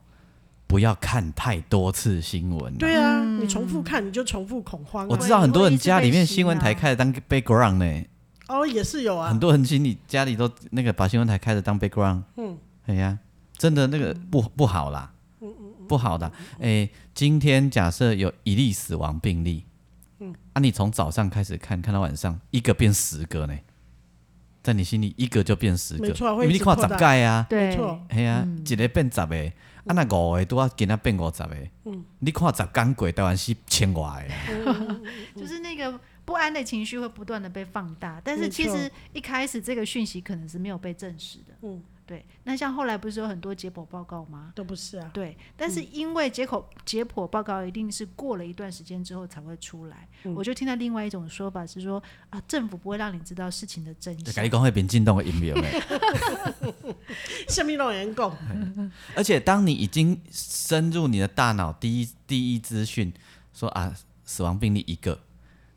Speaker 3: 不要看太多次新闻啦。
Speaker 1: 对啊，
Speaker 2: 嗯
Speaker 1: 你重复看你就重复恐慌、啊。
Speaker 3: 我知道很多人家里
Speaker 2: 会一
Speaker 3: 面
Speaker 1: 啊
Speaker 2: 直被洗
Speaker 3: 新闻台
Speaker 2: 脑
Speaker 3: 开着当 background 呢、
Speaker 1: 哦，也是有啊
Speaker 3: 很，多人心里家里都那个把新闻台开着当 background，嗯，哎呀，真的那个
Speaker 1: 嗯
Speaker 3: 不不好啦，不好的。哎，今天假设有一例死亡病例，嗯，啊，你从早上开始看，看到晚上，一个变十个呢，在你心里一个就变十个，
Speaker 1: 没错
Speaker 3: 因
Speaker 1: 会
Speaker 3: 为
Speaker 1: 一
Speaker 3: 你
Speaker 1: 直
Speaker 3: 看
Speaker 1: 扩
Speaker 3: 十
Speaker 1: 大
Speaker 3: 盖啊，
Speaker 1: 没
Speaker 2: 对，
Speaker 1: 错，
Speaker 3: 哎呀，
Speaker 1: 嗯
Speaker 3: 一个变十个，啊，那五个拄啊，今仔变五十个，
Speaker 1: 嗯
Speaker 3: 你看十天过，台湾是千外的，
Speaker 2: 就是那个不安的情绪会不断的被放大，但是
Speaker 1: 没
Speaker 2: 其
Speaker 1: 错
Speaker 2: 实一开始这个讯息可能是没有被证实的。
Speaker 1: 嗯，
Speaker 2: 对。那像后来不是有很多解剖报告吗？
Speaker 1: 都不是啊。
Speaker 2: 对，但是因为解口解剖报告一定是过了一段时间之后才会出来，
Speaker 1: 嗯
Speaker 2: 我就听到另外一种说法是说啊，政府不会让你知道事情的真
Speaker 1: 哦
Speaker 3: 就跟你
Speaker 2: 相。
Speaker 3: 讲，会民进党的疫苗 诶。
Speaker 1: 下面让人讲，
Speaker 3: 而且当你已经深入你的大脑第一第一资讯，说啊死亡病例一个，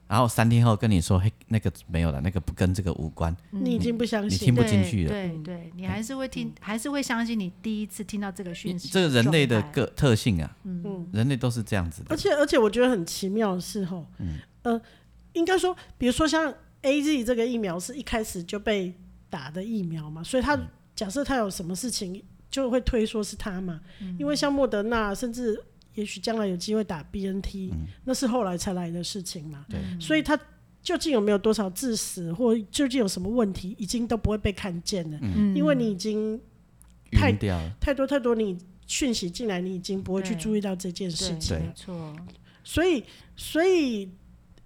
Speaker 3: 然后三天后跟你说嘿那个没有了，那个不跟这个无关，
Speaker 1: 你已经不相
Speaker 3: 嗯你
Speaker 1: 信
Speaker 3: 听
Speaker 1: 了。
Speaker 3: 不进去了。
Speaker 2: 对
Speaker 1: 嗯
Speaker 2: 对对，你还是会听，还是会相信你第一次听到这个
Speaker 3: 你
Speaker 2: 讯息。
Speaker 3: 这个人类的
Speaker 2: 状态
Speaker 3: 个特性啊，
Speaker 1: 嗯
Speaker 3: 人类都是这样子
Speaker 1: 而
Speaker 3: 的。
Speaker 1: 且而且我觉得很奇妙的是吼，呃，应该说，比如说像 A Z 这个疫苗是一开始就被打的疫苗嘛，所以他假设他有什么事情，就会推说是他嘛，
Speaker 2: 嗯
Speaker 1: 因为像莫德纳，甚至也许将来有机会打 B N T，、那是后来才来的事情嘛，
Speaker 3: 对
Speaker 1: 所以他。究竟有没有多少致死，或究竟有什么问题，已经都不会被看见了，
Speaker 2: 嗯
Speaker 1: 因为你已经太
Speaker 3: 晕掉了，
Speaker 1: 太多太多你讯息进来，你已经不会去
Speaker 2: 对
Speaker 1: 注意到这件事
Speaker 2: 对
Speaker 1: 情了
Speaker 2: 没。错，
Speaker 1: 所以，所以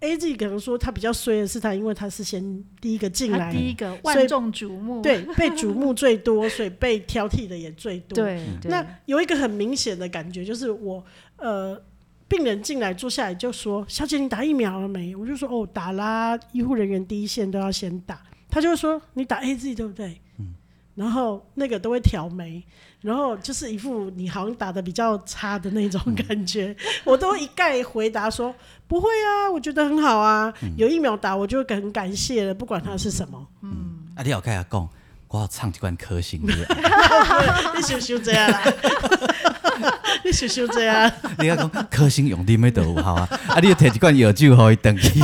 Speaker 1: A G 可能说他比较衰的是他，因为他是先第一个进
Speaker 2: 他
Speaker 1: 来，
Speaker 2: 第一个
Speaker 1: 所以
Speaker 2: 万众瞩目。
Speaker 1: 对，被瞩目最多，所以被挑剔的也最多。，
Speaker 2: 对，
Speaker 3: 嗯
Speaker 2: 对
Speaker 1: 那有一个很明显的感觉就是我呃。病人进来坐下来就说：“小姐，你打疫苗了没？”我就说：“哦，打啦，医护人员第一线都要先打。”他就会说：“你打 A Z 对不对？”然后那个都会挑眉，然后就是一副你好像打的比较差的那种感觉，我都一概回答说不会啊，我觉得很好啊，有疫苗打我就很感谢了，不管它是什么，嗯
Speaker 3: 啊，你 有跟他讲，我要唱一罐科星，
Speaker 1: 你修修这样啦，啊 你想想这样，啊
Speaker 3: 你要讲科兴用滴咩都有效啊，啊，你要摕一罐药酒互伊等去。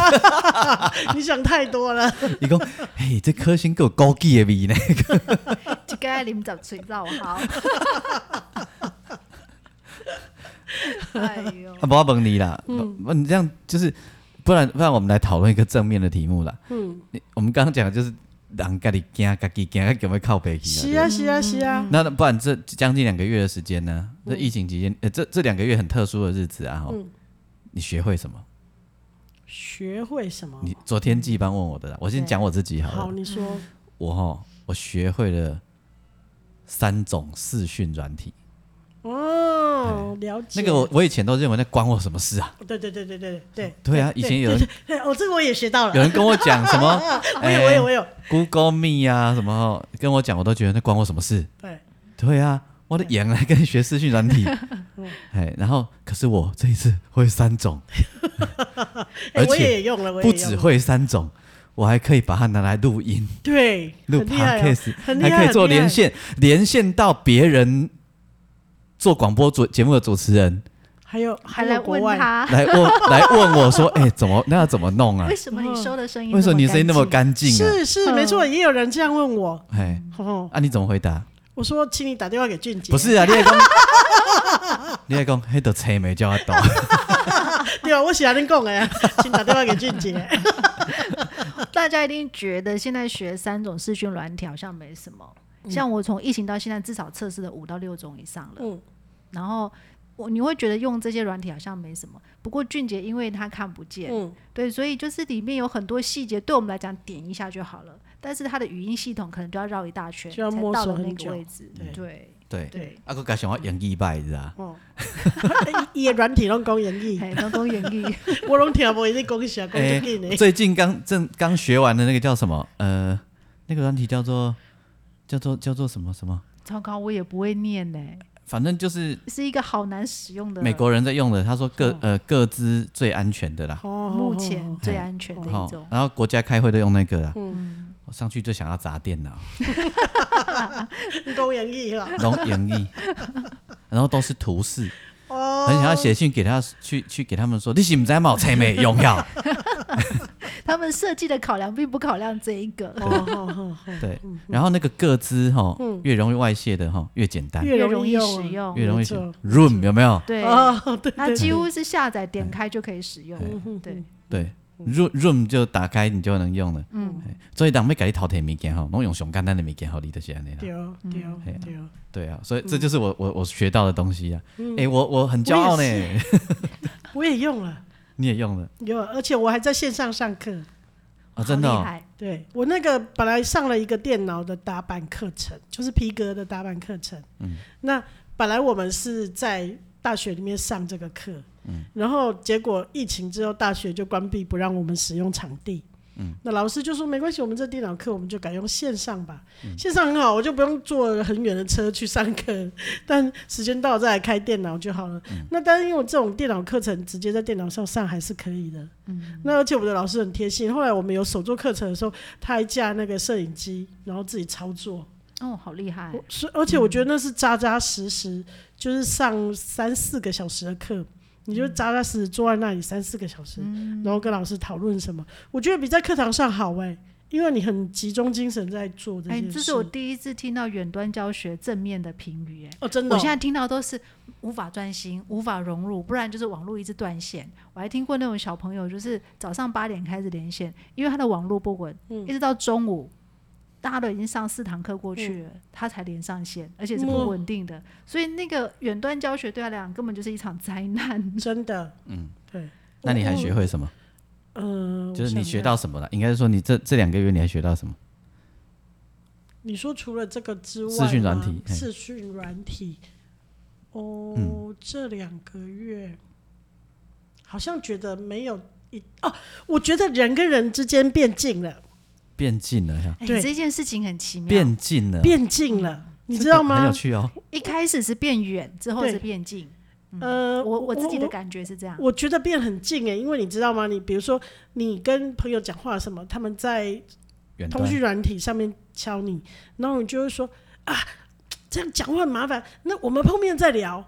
Speaker 1: 你想太多了。
Speaker 3: 伊讲，嘿，这科兴还有枸杞的味呢，
Speaker 2: 一个爱啉十喙照 好。哎呦
Speaker 3: 啊，，不要问你啦，
Speaker 1: 嗯
Speaker 3: 不，你这样就是，不然不然我们来讨论一个正面的题目啦。
Speaker 1: 嗯，
Speaker 3: 你我们刚刚讲的就是人家己惊，家己惊，还有没有靠背去
Speaker 1: 是
Speaker 3: 啊？
Speaker 1: 啊，是啊，是啊。
Speaker 3: 那不然这将近两个月的时间呢？这疫情期间，呃，这这两个月很特殊的日子啊，吼
Speaker 1: 嗯
Speaker 3: 你学会什么？
Speaker 1: 学会什么？
Speaker 3: 你昨天记班问我的啦，我先
Speaker 2: 对
Speaker 3: 讲我自己好了。
Speaker 1: 好，你说
Speaker 3: 我哈，我学会了三种视讯软体。
Speaker 1: 哦，了解。
Speaker 3: 那个我我以前都认为那关我什么事 啊？
Speaker 1: 对对对对对对
Speaker 3: 对啊，以前有人
Speaker 1: 对，哦，这个我也学到
Speaker 3: 有哎
Speaker 1: 了。，
Speaker 3: 人跟我讲什么
Speaker 1: 我有，我有，我有。
Speaker 3: Google Me 啊什么，跟我讲我都觉得那关我什么事？
Speaker 1: 对，哎
Speaker 3: 对啊，我的眼来跟你学视讯 软体，哎，然后可是我这一次会三种，
Speaker 1: 哎
Speaker 3: 而
Speaker 1: 我
Speaker 3: 且
Speaker 1: 也用了，我也
Speaker 3: 不
Speaker 1: 用
Speaker 3: 只
Speaker 1: 了。
Speaker 3: 会三种，我还可以把它拿来录音、
Speaker 1: 对，
Speaker 3: 录
Speaker 1: 很厉害哦，
Speaker 3: podcast，
Speaker 1: 很厉
Speaker 3: 还
Speaker 1: 害，
Speaker 3: 可以做
Speaker 1: 很厉害
Speaker 3: 连，线，连线到别人做广播主节目的主持人
Speaker 1: 还有
Speaker 2: 还
Speaker 1: 还
Speaker 2: 来
Speaker 1: 有国
Speaker 2: 问
Speaker 1: 外，
Speaker 2: 他
Speaker 3: 来问来问我说，哎，怎么那要怎么弄啊
Speaker 2: 啊为？什么你收的声音？
Speaker 3: 为什么你声音那么？干净啊？
Speaker 1: 是是没错，也有人这样问我。
Speaker 3: 哎，
Speaker 1: 哦，
Speaker 3: 啊，你怎么回答？
Speaker 1: 我说，请你打电话给俊杰。
Speaker 3: 不，是啊，你也讲， 你也讲，迄个车没叫我 懂，
Speaker 1: 对啊，我喜欢跟你讲 哎，请打电话给俊杰。
Speaker 2: 大家一定觉得现在学三种视讯软体好像没什么，
Speaker 1: 嗯
Speaker 2: 像我从疫情到现在至少测试了五到六种以上了，
Speaker 1: 嗯
Speaker 2: 然后。我你会觉得用这些软体好像没什么，不过俊杰因为他看不见，
Speaker 1: 嗯，
Speaker 2: 对，所以就是里面有很多细节，对我们来讲点一下就好了。但是它的语音系统可能就要绕一大圈，
Speaker 1: 就要
Speaker 2: 才
Speaker 1: 摸
Speaker 2: 到
Speaker 1: 索
Speaker 2: 了那
Speaker 1: 很
Speaker 2: 个
Speaker 1: 久
Speaker 2: 位置。
Speaker 1: 对
Speaker 2: 对
Speaker 3: 对，
Speaker 2: 对，
Speaker 3: 啊，佮加上我演技歹，你知道？
Speaker 1: 哦，啊伊的软体拢讲英语，
Speaker 2: 哎，刚刚演绎
Speaker 1: 我拢听无伊咧讲啥，讲
Speaker 3: 诶
Speaker 1: 足紧的。
Speaker 3: 最近刚正刚学完的那个叫什么？呃，那个软体叫做叫做叫做什么什么？
Speaker 2: 糟糕，我也不会念呢、
Speaker 3: 反正就是
Speaker 2: 是一个好难使用的。
Speaker 3: 美
Speaker 1: 哦
Speaker 3: 国人在用的，他说各
Speaker 2: 嗯
Speaker 3: 呃各自最安全的啦。
Speaker 1: 哦
Speaker 2: 目前最安全的一
Speaker 3: 好
Speaker 2: 哦种，，
Speaker 3: 然后国家开会都用那个啦。
Speaker 2: 嗯，
Speaker 3: 我上去就想要砸电脑，
Speaker 1: 讲英语啦，
Speaker 3: 拢演 绎，然后都是图示，
Speaker 1: 哦，
Speaker 3: 很想要写信给他去去给他们说，你是不知嘛，我车没用药。
Speaker 2: 他们设计的考量并不考量这一个，
Speaker 1: 哦，嗯好好好，
Speaker 3: 对，然后那个个资哈，越容易外泄的哈，越简单，
Speaker 1: 越容
Speaker 2: 容
Speaker 1: 易
Speaker 2: 易
Speaker 1: 用
Speaker 2: 使
Speaker 1: 啊
Speaker 2: 用。
Speaker 3: 越容易
Speaker 1: 没
Speaker 3: 写
Speaker 1: 错
Speaker 3: room 有没有？
Speaker 2: 对，
Speaker 1: 哦，对
Speaker 2: 它
Speaker 1: 对嗯
Speaker 2: 几乎是下载
Speaker 3: 哎
Speaker 2: 点开就可以使用。对，
Speaker 3: 对，room room 就打开你就能用了。
Speaker 2: 嗯，
Speaker 3: 嘿所以人要给你淘汰物件吼，拢用上简单的物件互你就是安尼
Speaker 1: 对嗯
Speaker 3: 啦。
Speaker 1: 对对，
Speaker 3: 对啊，所以这就是我我我学到的东西啊。哎，我我很骄
Speaker 1: 嗯
Speaker 3: 傲
Speaker 1: 我
Speaker 3: 呢，
Speaker 1: 我也用了，
Speaker 3: 你也用了
Speaker 1: 有，而且我还在线上上课。
Speaker 3: 啊，真的
Speaker 2: 好厉
Speaker 3: 哦。
Speaker 2: 害。
Speaker 1: 对我那个本来上了一个电脑的打板课程，就是皮革的打板课程。嗯，那本来我们是在大学里面上这个课，嗯，然后结果疫情之后，大学就关闭不让我们使用场地。嗯，那老师就说没关系，我们这电脑课我们就改用线上吧，线上很好，我就不用坐很远的车去上课，但时间到了再来开电脑就好了。那但是因为这种电脑课程直接在电脑上上还是可以的，那而且我们的老师很贴心，后来我们有手作课程的时候，他还架那个摄影机，然后自己操作。
Speaker 2: 哦，好厉害
Speaker 1: 我！是，而且我觉得那是扎扎实实，就是上三四个小时的课，你
Speaker 2: 嗯
Speaker 1: 就扎扎实实坐在那里三四个小时，然后跟老师讨论什么，我觉得比在课堂上好哎、因为你很集中精神在做这
Speaker 2: 哎，
Speaker 1: 件
Speaker 2: 这
Speaker 1: 事。
Speaker 2: 是我第一次听到远端教学正面的评语，哎，
Speaker 1: 哦，真的
Speaker 2: 我
Speaker 1: 哦、
Speaker 2: 现在听到都是无法专心、无法融入，不然就是网络一直断线。我还听过那种小朋友，就是早上八点开始连线，因为他的网络不稳，
Speaker 1: 嗯
Speaker 2: 一直到中午，大家都已经上四堂课过去了，他才连上线，而且是不
Speaker 1: 嗯
Speaker 2: 稳定的。所以那个远端教学对他来讲根本就是一场灾难。
Speaker 1: 真的，嗯，对。
Speaker 3: 那你还学会什么？
Speaker 1: 嗯，
Speaker 3: 就是
Speaker 1: 我想
Speaker 3: 你学
Speaker 1: 一下，
Speaker 3: 到什么了？应该是说你这这两个月你还学到什么？
Speaker 1: 你说除了这个之外吗，
Speaker 3: 视讯软体嘿嗯
Speaker 1: 视讯软体，哦，这两个月好像觉得没有一哦，我觉得人跟人之间变近了，
Speaker 3: 变近了呀，
Speaker 2: 哎，
Speaker 1: 对
Speaker 2: 这件事情很奇妙。
Speaker 3: 变近了，
Speaker 1: 变近了，你知道
Speaker 3: 嗯很有
Speaker 1: 吗？
Speaker 3: 趣哦。
Speaker 2: 一开始是变远，之后是
Speaker 1: 对
Speaker 2: 变近。
Speaker 1: 呃，
Speaker 2: 嗯我我自己的
Speaker 1: 我
Speaker 2: 感觉是这样。
Speaker 1: 我觉得变很近哎、因为你知道吗？你比如说你跟朋友讲话什么，他们在
Speaker 3: 远
Speaker 1: 通
Speaker 3: 端
Speaker 1: 讯软体上面敲你，然后你就会说啊，这样讲话很麻烦，那我们碰面再聊。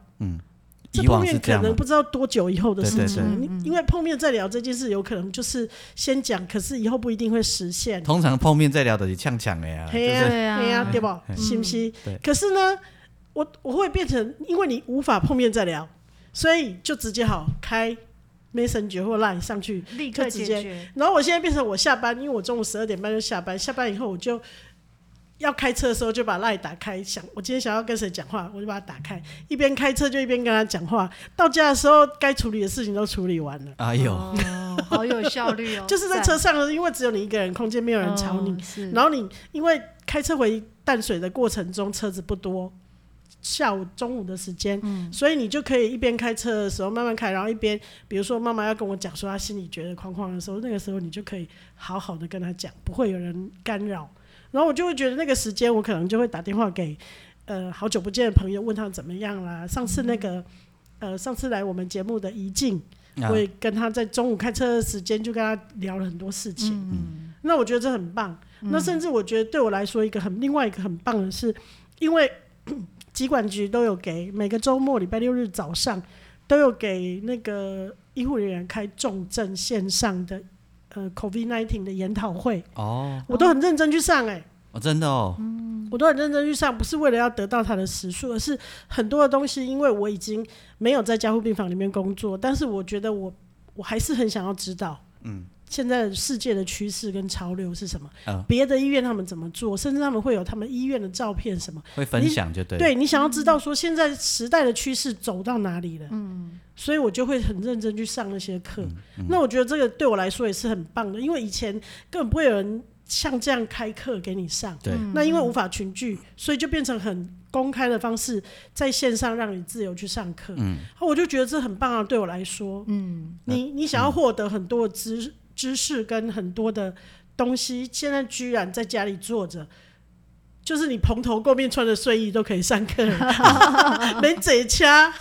Speaker 1: 这
Speaker 3: 以
Speaker 1: 碰
Speaker 3: 往
Speaker 1: 面
Speaker 3: 是这
Speaker 1: 可
Speaker 3: 样嘛
Speaker 1: 能不知道多久以后的事情，
Speaker 3: 对
Speaker 2: 对对
Speaker 1: 因因为碰面再聊这件事，有可能就是先讲，可是以后不一定会实现。
Speaker 3: 通常碰面再聊的是呛呛的呀，就
Speaker 1: 嘿呀、
Speaker 3: 是
Speaker 2: 对啊
Speaker 1: 嘿呀、对吧？
Speaker 3: 嗯
Speaker 1: 是不是
Speaker 3: 对？
Speaker 1: 可是呢，我我会变成，因为你无法碰面再聊，所以就直接好开 Messenger 或 Line 上去。
Speaker 2: 立刻
Speaker 1: 啊就直
Speaker 2: 解
Speaker 1: 接
Speaker 2: 决，
Speaker 1: 然后我现在变成我下班，因为我中午十二点半就下班，下班以后我就要开车的时候就把 Line 打开，想我今天想要跟谁讲话，我就把它打开，一边开车就一边跟他讲话。到家的时候，该处理的事情都处理完了。，
Speaker 3: 哎呦，
Speaker 2: 哦，好有效率哦
Speaker 1: 就是在车上的时候，因为只有你一个人，空间没有人吵你，
Speaker 2: 是
Speaker 1: 然后你因为开车回淡水的过程中车子不多，下午中午的时间，所以你就可以一边开车的时候慢慢开，然后一边比如说妈妈要跟我讲说她心里觉得框框的时候，那个时候你就可以好好的跟她讲，不会有人干扰。然后我就会觉得那个时间，我可能就会打电话给呃好久不见的朋友，问他怎么样啦。上次那个、呃上次来我们节目的怡静，
Speaker 3: 啊
Speaker 1: 我也跟他在中午开车的时间就跟他聊了很多事情。
Speaker 2: 嗯，
Speaker 1: 那我觉得这很棒。
Speaker 3: 嗯
Speaker 1: 那甚至我觉得对我来说，一个很另外一个很棒的是，因为嗯疾管局都有给每个周末礼拜六日早上都有给那个医护人员开重症线上的呃 COVID nineteen 的研讨会，
Speaker 3: 哦，
Speaker 1: 我都很认真去上哎、
Speaker 3: 哦真的哦，
Speaker 1: 我都很认真去上，不是为了要得到他的时数，而是很多的东西，因为我已经没有在加护病房里面工作，但是我觉得我我还是很想要知道，嗯，现在世界的趋势跟潮流是什么
Speaker 3: 嗯？
Speaker 1: 别、的医院他们怎么做，甚至他们会有他们医院的照片什么？
Speaker 3: 会分享就对了，
Speaker 1: 对你想要知道说现在时代的趋势走到哪里了，嗯，所以我就会很认真去上那些课。那我觉得这个对我来说也是很棒的，因为以前根本不会有人像这样开课给你上。
Speaker 3: 对
Speaker 2: 嗯
Speaker 1: 那因为无法群聚，所以就变成很公开的方式，在线上让你自由去上课。嗯，我就觉得这很棒啊，对我来说，嗯，你你想要获得很多的知知识跟很多的东西，现在居然在家里坐着。就是你蓬头垢面穿着睡衣都可以上课了， 没嘴掐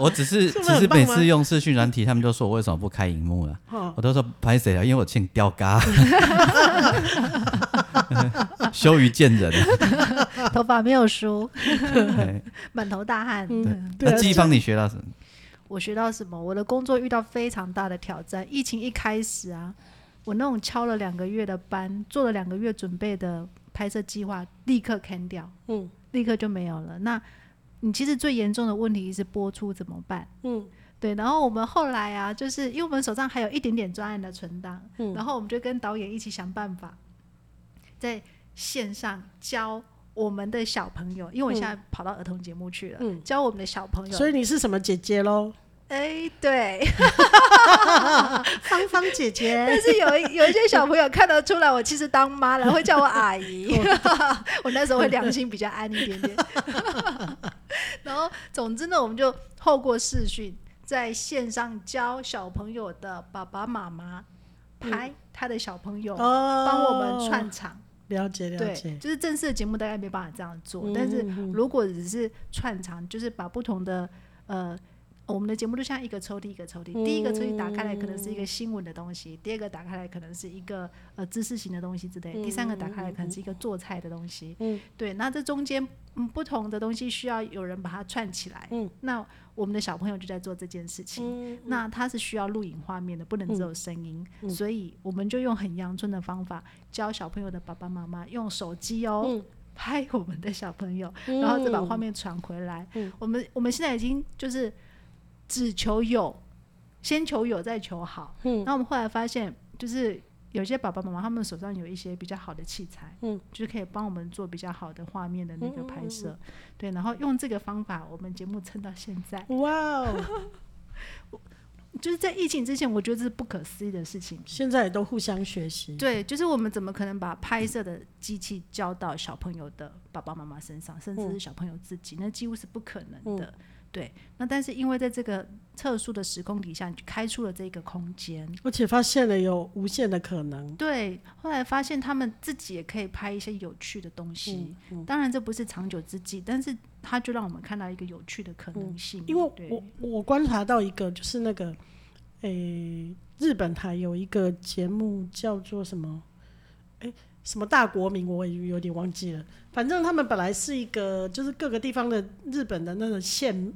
Speaker 3: 我只是
Speaker 1: 这不
Speaker 3: 只
Speaker 1: 是很
Speaker 3: 是
Speaker 1: 棒
Speaker 3: 每
Speaker 1: 吗
Speaker 3: 次用视讯软体，他们就说我为什么不开荧幕了？
Speaker 1: 哦，
Speaker 3: 我都说拍谁啊？因为我欠吊嘎， 羞于见人。啊
Speaker 2: 头发没有梳，
Speaker 3: 哎
Speaker 2: 满头大汗。
Speaker 1: 嗯，对
Speaker 3: 那
Speaker 1: 啊，
Speaker 3: 季芳，你学到什么？
Speaker 2: 我学到什么？我的工作遇到非常大的挑战。疫情一开始啊，我那种敲了两个月的班，做了两个月准备的拍摄计划，立刻 can 掉，
Speaker 1: 嗯
Speaker 2: 立刻就没有了。那你其实最严重的问题是播出怎么办？
Speaker 1: 嗯
Speaker 2: 对，然后我们后来啊，就是因为我们手上还有一点点专案的存档，
Speaker 1: 嗯
Speaker 2: 然后我们就跟导演一起想办法，在线上教我们的小朋友，因为我现在跑到儿童节目去了，
Speaker 1: 嗯
Speaker 2: 教我们的小朋友。
Speaker 1: 所以你是什么姐姐喽？
Speaker 2: 哎，对，
Speaker 1: 芳芳姐姐，
Speaker 2: 但是有一有一些小朋友看得出来，我其实当妈了，会叫我阿姨。 我那时候会良心比较安一点点。然后，总之呢，我们就透过视讯，在线上教小朋友的爸爸妈妈拍他的小朋友，
Speaker 1: 哦
Speaker 2: 帮我们串场。
Speaker 1: 了解了
Speaker 2: 对
Speaker 1: 解，，
Speaker 2: 就是正式的节目大概没办法这样做，
Speaker 1: 嗯
Speaker 2: 但是
Speaker 1: 嗯嗯
Speaker 2: 如果只是串场，就是把不同的呃。我们的节目就像一个抽屉一个抽屉，第一个抽屉打开来可能是一个新闻的东西，第二个打开来可能是一个呃知识型的东西之类，第三个打开来可能是一个做菜的东西。
Speaker 1: 嗯
Speaker 2: 对，那这中间嗯不同的东西需要有人把它串起来。
Speaker 1: 嗯
Speaker 2: 那我们的小朋友就在做这件事情。
Speaker 1: 嗯
Speaker 2: 那它是需要录影画面的，不能只有声音，所以我们就用很阳春的方法教小朋友的爸爸妈妈用手机哦。
Speaker 1: 嗯
Speaker 2: 拍我们的小朋友，然后再把画面传回来。
Speaker 1: 嗯
Speaker 2: 我们我们现在已经就是只求有，先求有再求好。
Speaker 1: 嗯
Speaker 2: 那我们后来发现，就是有些爸爸妈妈他们手上有一些比较好的器材，
Speaker 1: 嗯，
Speaker 2: 就是可以帮我们做比较好的画面的那个拍摄。
Speaker 1: 嗯
Speaker 2: 对，然后用这个方法，我们节目撑到现在，
Speaker 1: 哇哦！
Speaker 2: 就是在疫情之前，我觉得这是不可思议的事情。
Speaker 1: 现在也都互相学习。
Speaker 2: 对，就是我们怎么可能把拍摄的机器交到小朋友的爸爸妈妈身上，甚
Speaker 1: 嗯
Speaker 2: 至是小朋友自己，那几乎是不可能的。对，那但是因为在这个特殊的时空底下，你就开出了这个空间。
Speaker 1: 而且发现了有无限的可能。
Speaker 2: 对，后来发现他们自己也可以拍一些有趣的东西。
Speaker 1: 嗯
Speaker 2: 当然，这不是长久之计，但是它就让我们看到一个有趣的可能性。
Speaker 1: 嗯因为
Speaker 2: 对
Speaker 1: 我我观察到一个，就是那个，诶、日本台有一个节目叫做什么？诶、什么大国民，我也有点忘记了。反正他们本来是一个，就是各个地方的日本的那个县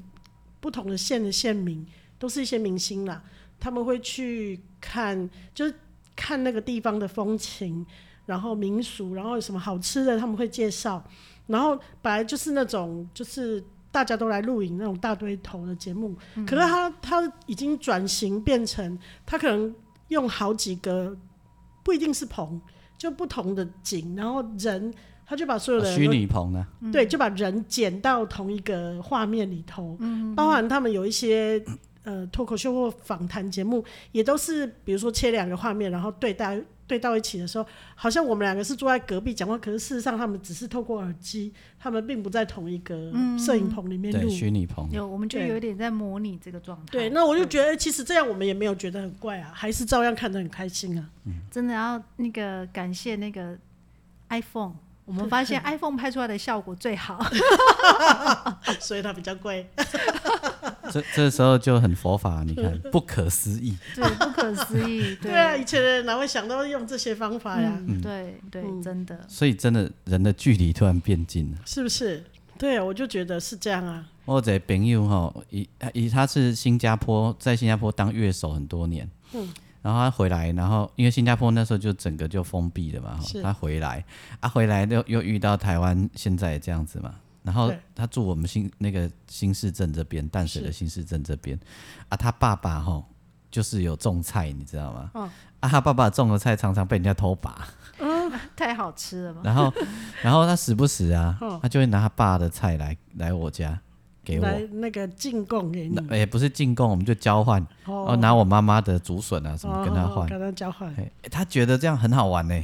Speaker 1: 不同的县的县民，都是一些明星啦，他们会去看，就是看那个地方的风情，然后民俗，然后有什么好吃的他们会介绍，然后本来就是那种就是大家都来露营那种大堆头的节目，可是他他已经转型变成他可能用好几个，不一定是棚，就不同的景，然后人。他啊就把所有的人
Speaker 3: 哦啊虚
Speaker 1: 都
Speaker 3: 拟棚呢，
Speaker 1: 对，就把人剪到同一个画面里头，包含他们有一些呃脱口秀或访谈节目，也都是比如说切两个画面，然后对到对到一起的时候，好像我们两个是坐在隔壁讲话，可是事实上他们只是透过耳机，他们并不在同一个摄影棚里面录
Speaker 3: 对，。虚拟棚，
Speaker 2: 有我们就
Speaker 1: 对
Speaker 2: 有点在模拟这个状态。
Speaker 1: 对，那我就觉得、其实这样我们也没有觉得很怪啊，还是照样看得很开心啊。
Speaker 2: 真的要那个感谢那个 iPhone，我们发现 iPhone 拍出来的效果最好。
Speaker 1: 所以它比较贵，
Speaker 3: 这这时候就很佛法，你 看不可思议，
Speaker 2: 对，不可思议，对，
Speaker 1: 对啊，以前的人哪会想到用这些方法呀？
Speaker 2: 嗯，对对，真的，
Speaker 3: 所以真的人的距离突然变近了。
Speaker 1: 是不是？对啊，我就觉得是这样啊。
Speaker 3: 我有一个朋友吼，伊伊他是新加坡在新加坡当乐手很多年，
Speaker 1: 嗯
Speaker 3: 然后他回来，然后因为新加坡那时候就整个就封闭了嘛，吼
Speaker 1: 是
Speaker 3: 他回来，啊回来又又遇到台湾现在这样子嘛，然后
Speaker 1: 对
Speaker 3: 他住我们新那个新市镇这边，淡水的新市镇这边，啊他爸爸吼就是有种菜，你知道吗？
Speaker 1: 哦
Speaker 3: 啊他爸爸种的菜常常被人家偷拔。
Speaker 2: 太好吃了嘛。
Speaker 3: 然后，然后他时不时 啊，他就会拿他爸的菜来来我家给我，
Speaker 1: 哦来那个进贡给你，
Speaker 3: 那也不是进贡，我们就交换，然后
Speaker 1: 哦，
Speaker 3: 拿我妈妈的竹笋啊什么跟他
Speaker 1: 哦
Speaker 3: 换。
Speaker 1: 跟他交换，
Speaker 3: 嘿他觉得这样很好玩呢，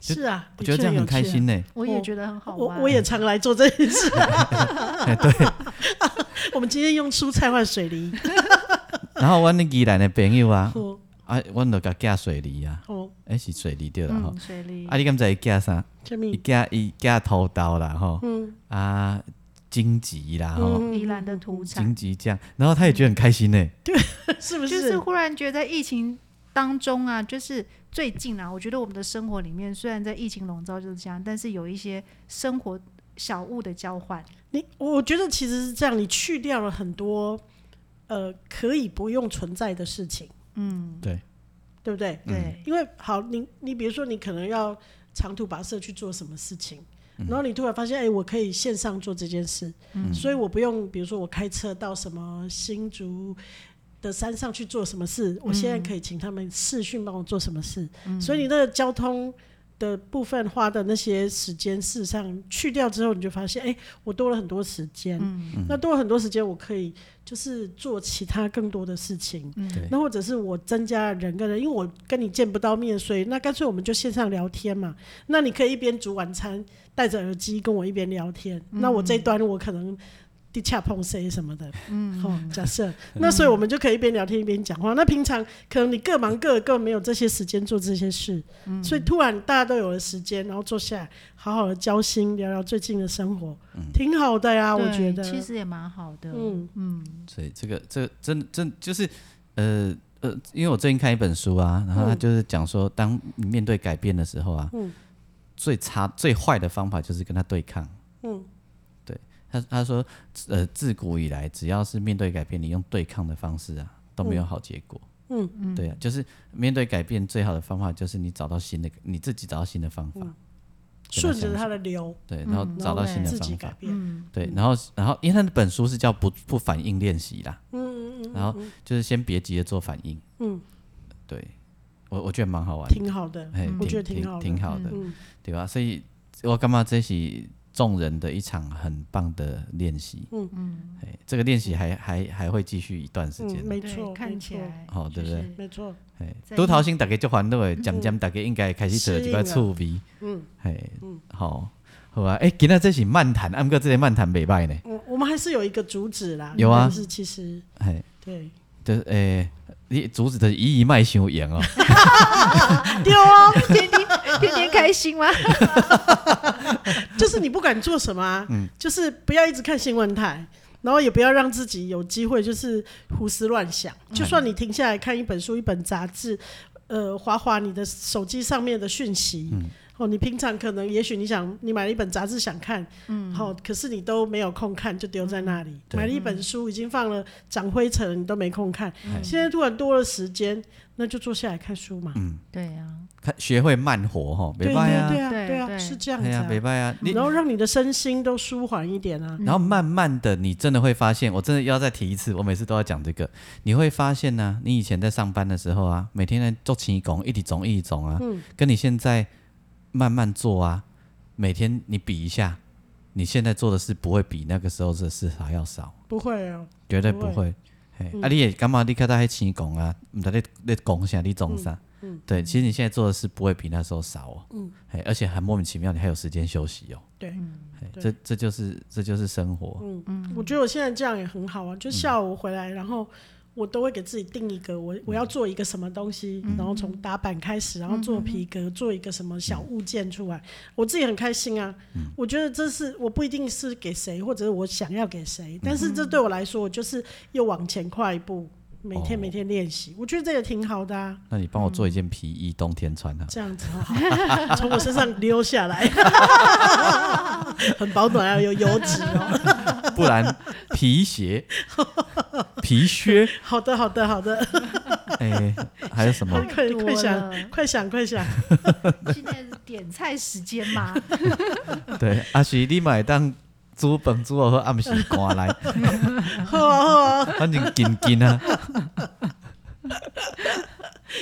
Speaker 3: 就是
Speaker 1: 啊，
Speaker 3: 我觉得这样很开心呢。
Speaker 2: 我也觉得很
Speaker 1: 的确有
Speaker 2: 好
Speaker 1: 趣啊。
Speaker 2: 玩，
Speaker 1: 我我也常来做这件 事，对，
Speaker 3: 哎
Speaker 1: 我们今天用蔬菜换水梨，啊
Speaker 3: 然后我那宜兰的朋友 啊，
Speaker 1: 哦
Speaker 3: 啊，我就给他寄水梨啊，
Speaker 1: 哦，
Speaker 3: 哎是水梨对啦吼
Speaker 2: 嗯，。水梨
Speaker 3: 啊，你敢知伊寄啥？
Speaker 1: 下
Speaker 3: 伊
Speaker 1: 面
Speaker 3: 寄伊寄土豆啦吼，
Speaker 1: 嗯
Speaker 3: 啊荆棘啦吼，
Speaker 2: 宜兰的土产
Speaker 3: 荆，棘酱，然后他也觉得很开心呢。
Speaker 1: 是不
Speaker 2: 就是
Speaker 1: 是？
Speaker 2: 忽然觉得在疫情当中啊，就是最近啊，我觉得我们的生活里面虽然在疫情笼罩就是这样，但是有一些生活小物的交换，
Speaker 1: 你我觉得其实是这样，你去掉了很多呃可以不用存在的事情，
Speaker 2: 嗯，
Speaker 1: 对不对？
Speaker 2: 对，
Speaker 1: 因为好，你你比如说，你可能要长途跋涉去做什么事情，然后你突然发现，哎、我可以线上做这件事，所以我不用，比如说我开车到什么新竹的山上去做什么事，我现在可以请他们视讯帮我做什么事，所以你那个交通。的部分花的那些时间，事实上去掉之后，你就发现，哎、我多了很多时间。那多了很多时间，我可以就是做其他更多的事情。
Speaker 3: 对，
Speaker 1: 那或者是我增加了人跟人，因为我跟你见不到面，所以那干脆我们就线上聊天嘛。那你可以一边煮晚餐，戴着耳机跟我一边聊天。那我这一端我可能。地恰碰 C 什么的，嗯，哦，假设那所以我们就可以一边聊天一边讲话。那平常可能你各忙各的，根本没有这些时间做这些事，所以突然大家都有了时间，然后坐下来好好的交心，聊聊最近的生活，
Speaker 3: 嗯
Speaker 1: 挺好的呀，我
Speaker 2: 对
Speaker 1: 觉得。
Speaker 2: 其实也蛮好的，
Speaker 1: 嗯
Speaker 3: 所以这个这个真真就是呃呃，因为我最近看一本书啊，然后他就是讲说，当你面对改变的时候啊，
Speaker 1: 嗯
Speaker 3: 最差最坏的方法就是跟他对抗。
Speaker 1: 嗯，
Speaker 3: 对他他说，呃，自古以来，只要是面对改变，你用对抗的方式啊，都没有好结果。
Speaker 1: 嗯
Speaker 3: 嗯，对啊，就是面对改变最好的方法就是你找到新的，你自己找到新的方法，
Speaker 1: 嗯顺着它的流，
Speaker 3: 对，然后找到新的
Speaker 1: 嗯自己
Speaker 3: 方
Speaker 1: 改
Speaker 3: 法，嗯
Speaker 1: 变。
Speaker 3: 对，
Speaker 1: 嗯
Speaker 3: 然后然后因为他的本书是叫不不反应练习啦，嗯嗯嗯，然后就是先别急着做反应，
Speaker 1: 嗯，
Speaker 3: 对我我觉得蛮好玩的，
Speaker 1: 挺好的，
Speaker 3: 哎，
Speaker 1: 我觉得
Speaker 3: 挺
Speaker 1: 挺好的
Speaker 3: 挺好的，
Speaker 1: 嗯
Speaker 3: 对吧？所以我干嘛这是众人的一场很棒的练习，嗯嗯，哎，这个练习还还还会继续一段时间
Speaker 1: 嗯，
Speaker 3: 的，
Speaker 1: 没
Speaker 2: 对
Speaker 1: 错，
Speaker 2: 看
Speaker 1: 没
Speaker 2: 起
Speaker 1: 错，
Speaker 2: 来
Speaker 3: 好对不对
Speaker 2: 就是
Speaker 1: 没错，
Speaker 3: 哎，
Speaker 2: 在
Speaker 3: 都头先大家就欢乐的，渐渐大家应该开始找一块
Speaker 1: 嗯适应了
Speaker 3: 趣味，
Speaker 1: 嗯，
Speaker 3: 嘿，好，好啊，哎，今仔这是漫谈，啊，不过这个漫谈袂歹呢，
Speaker 1: 我我们还是有一个主旨啦，
Speaker 3: 有啊
Speaker 1: 但是其实
Speaker 3: 嘿。
Speaker 1: 对，
Speaker 3: 就是诶、你阻止的以以卖伤赢哦，
Speaker 1: 对哦，
Speaker 2: 天 天天天开心吗？
Speaker 1: 就是你不管做什么啊，就是不要一直看新闻台。然后也不要让自己有机会就是胡思乱想，就算你停下来看一本书、一本杂志，呃，划划你的手机上面的讯息，哦，你平常可能也许你想你买了一本杂志想看，嗯，好、可是你都没有空看，就丢在那里。
Speaker 3: 对
Speaker 1: 买了一本书已经放了长灰尘了，你都没空看。
Speaker 3: 嗯
Speaker 1: 现在突然多了时间，那就坐下来看书嘛。
Speaker 3: 嗯，
Speaker 2: 对啊，
Speaker 3: 看学会慢活吼，
Speaker 1: 对对
Speaker 3: 袂歹
Speaker 1: 对
Speaker 3: 啊，
Speaker 1: 啊，
Speaker 2: 对
Speaker 1: 对啊，
Speaker 2: 对
Speaker 1: 是这样子
Speaker 3: 哎呀
Speaker 1: 啊。，
Speaker 3: 袂歹啊，你
Speaker 1: 然后让你的身心都舒缓一点啊。
Speaker 3: 然后慢慢的，你真的会发现，我真的要再提一次，我每次都要讲这个。你会发现呢、你以前在上班的时候啊，每天在做勤工，一直种一直种啊，
Speaker 1: 嗯
Speaker 3: 跟你现在慢慢做啊，每天你比一下，你现在做的事不会比那个时候的事还要少，
Speaker 1: 不会哦，
Speaker 3: 绝对
Speaker 1: 不
Speaker 3: 不
Speaker 1: 会嗯
Speaker 3: 会。嘿，啊，你也干嘛？你看到还勤工啊，唔知你你讲啥，你种啥？
Speaker 1: 嗯
Speaker 3: 对，其实你现在做的事不会比那时候少哦。嗯，嘿，而且很莫名其妙，你还有时间休息哦。
Speaker 1: 对，
Speaker 3: 嘿
Speaker 1: 对嗯
Speaker 3: 这这就是这就是生活。
Speaker 1: 我觉得我现在这样也很好啊，就下午回来，然后我都会给自己定一个我我要做一个什么东西，然后从打板开始，然后做皮革，做一个什么小物件出来，我自己很开心啊。我觉得这是我不一定是给谁，或者是我想要给谁，但是这对我来说，我就是又往前跨一步，每天
Speaker 3: 哦
Speaker 1: 每天练习，我觉得这也挺好的啊。
Speaker 3: 那你帮我做一件皮衣，冬天穿啊。
Speaker 1: 这样子好，从我身上溜下来，很保暖啊，有油脂哦。
Speaker 3: 不然 皮鞋、皮靴，
Speaker 1: 好的，好的，好的。
Speaker 3: 哎、还有什么？
Speaker 1: 快点快
Speaker 2: 多了
Speaker 1: 想，快想，快想！
Speaker 2: 现在是点菜时间 嘛，
Speaker 3: 对，阿是你买当煮饭煮好好暗时赶来，
Speaker 1: 好啊，好啊！
Speaker 3: 反正紧紧啊，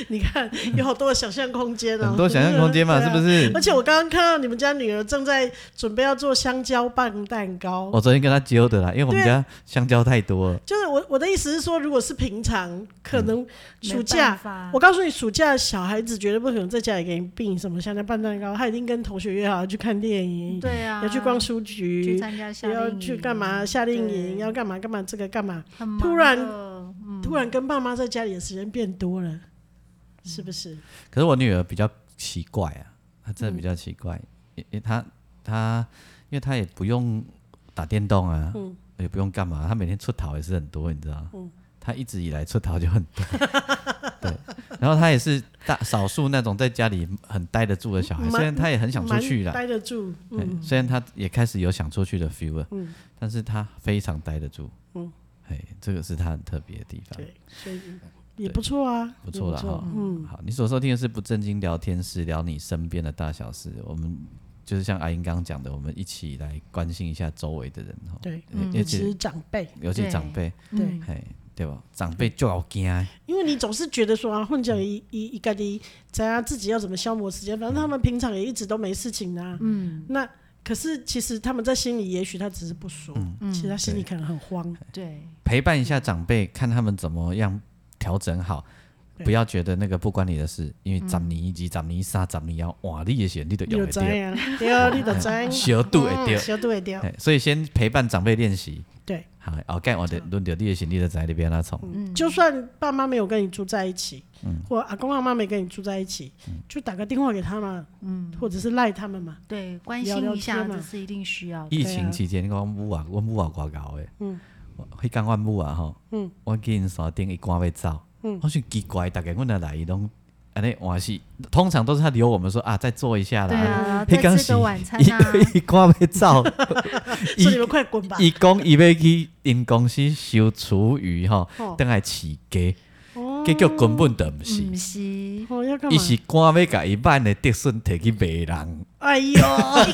Speaker 1: 你看，有好多的想象空间哦，
Speaker 3: 很多想象空间嘛，
Speaker 1: 对
Speaker 3: 是
Speaker 1: 啊
Speaker 3: 不？是
Speaker 1: 而？且我刚刚看到你们家女儿正在准备要做香蕉拌蛋糕，
Speaker 3: 我昨天跟他揪的啦，因为我们
Speaker 1: 对啊
Speaker 3: 家香蕉太多了。
Speaker 1: 就是我我的意思是说，如果是平常，可
Speaker 3: 嗯
Speaker 1: 能暑
Speaker 2: 没办
Speaker 1: 假。
Speaker 2: 法
Speaker 1: 我告诉你，暑假小孩子绝对不可能在家里给你订什么香蕉拌蛋糕，他一定跟同学约好要去看电影，
Speaker 2: 对啊，
Speaker 1: 要去逛书
Speaker 2: 去
Speaker 1: 局，
Speaker 2: 参加夏
Speaker 1: 要
Speaker 2: 令营，啊
Speaker 1: 去干嘛夏令营，
Speaker 2: 对
Speaker 1: 要干嘛干嘛这个干嘛，
Speaker 2: 很忙
Speaker 1: 突然
Speaker 2: 的嗯
Speaker 1: 突然跟爸妈在家里的时间变多了，是不是？
Speaker 3: 可是我女儿比较奇怪啊，她
Speaker 1: 嗯
Speaker 3: 真的比较奇怪，因因她她因为她也不用打电动啊，
Speaker 1: 嗯
Speaker 3: 也不用干嘛，她每天出逃也是很多，你知道？她一直以来出逃就很多， 对。然后她也是大少数那种在家里很待得住的小孩，
Speaker 1: 蛮
Speaker 3: 虽然她也很想出去
Speaker 1: 蛮
Speaker 3: 啦，
Speaker 1: 待嗯得住，
Speaker 3: 对虽然她也开始有想出去的 feel 了，但是她非常待得住，
Speaker 1: 嗯
Speaker 3: 哎，这个是她很特别的地方。
Speaker 1: 对，所以也不错啊，
Speaker 3: 不错了
Speaker 1: 也
Speaker 3: 哈。
Speaker 1: 嗯，
Speaker 3: 好，你所收听的是不正经聊天室，聊你身边的大小事。我们就是像阿英刚刚讲的，我们一起来关心一下周围的人哈，
Speaker 1: 对，
Speaker 3: 呃
Speaker 1: 尤
Speaker 3: 尤
Speaker 1: 其
Speaker 3: 其
Speaker 1: 是长辈，
Speaker 3: 尤其
Speaker 2: 对
Speaker 3: 长辈，
Speaker 2: 嗯
Speaker 1: 对，
Speaker 3: 嘿，对吧？长辈就要惊的，
Speaker 1: 因为你总是觉得说啊，混讲一一一个的，咱家自己要怎么消磨时间，反正他
Speaker 3: 嗯
Speaker 1: 们平常也一直都没事情啊，嗯，那可是其实他们在心里，也许他只是不说，
Speaker 3: 嗯
Speaker 2: 嗯
Speaker 1: 其实他心里可能很慌，
Speaker 2: 对
Speaker 3: 陪伴一下长辈，看他们怎么样调整好。
Speaker 1: 对
Speaker 3: 不要觉得那个不关你的事，因为十年以及十年三十年后，哇，你的钱你都
Speaker 1: 你就
Speaker 3: 用
Speaker 1: 知
Speaker 3: 得到，
Speaker 1: 啊，对，你就知，
Speaker 3: 小度会
Speaker 1: 嗯
Speaker 3: 掉。
Speaker 1: 小度会掉，
Speaker 3: 嘿所以先陪伴长辈练习。
Speaker 1: 对，嗯
Speaker 3: 好，后盖我的轮到你的钱，你就知你边哪从。
Speaker 2: 嗯
Speaker 1: 就算爸妈没有跟你住在一起，或阿公阿妈没跟你住在一起，就打个电话给他们，嗯，或者是赖他们嘛，
Speaker 2: 对，关
Speaker 1: 聊
Speaker 2: 心
Speaker 1: 聊
Speaker 2: 一下
Speaker 1: 天嘛
Speaker 2: 这是一定需要的，
Speaker 3: 疫情期间，我母啊，我母啊外搞的，嗯，迄天我母啊吼，嗯，我去因山顶伊赶要走，嗯，我想奇怪，大概阮若来伊拢安尼换是，通常都是他留我们说啊，再坐一下
Speaker 2: 对
Speaker 3: 啦，
Speaker 2: 啊，
Speaker 3: 迄
Speaker 2: 再
Speaker 3: 天
Speaker 2: 吃
Speaker 3: 是
Speaker 2: 个晚餐啊，
Speaker 3: 伊伊赶要走，
Speaker 1: 说你们快滚吧，
Speaker 3: 伊讲伊要去因公司收厨余吼
Speaker 1: 哦，
Speaker 3: 等来饲鸡，结果根本就毋是
Speaker 2: 嗯，是。
Speaker 1: 哦，要干
Speaker 3: 伊
Speaker 1: 嘛？
Speaker 3: 是赶要甲伊挽的竹笋摕去卖人，
Speaker 1: 哎 呦，
Speaker 2: 啊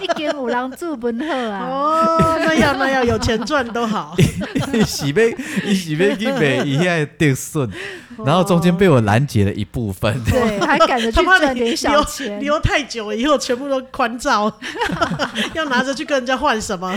Speaker 2: 一间有人住本好啊，
Speaker 1: 哦，那要那要有钱赚都好，
Speaker 3: 伊是要伊是要去 卖伊遐的竹笋，然后中间被我拦截了一部分。
Speaker 2: 对，还赶着
Speaker 1: 他
Speaker 2: 去
Speaker 1: 怕
Speaker 2: 赚
Speaker 1: 你
Speaker 2: 点小
Speaker 1: 留
Speaker 2: 钱，
Speaker 1: 留太久了以后全部都宽照， 要拿着去跟人家换什么？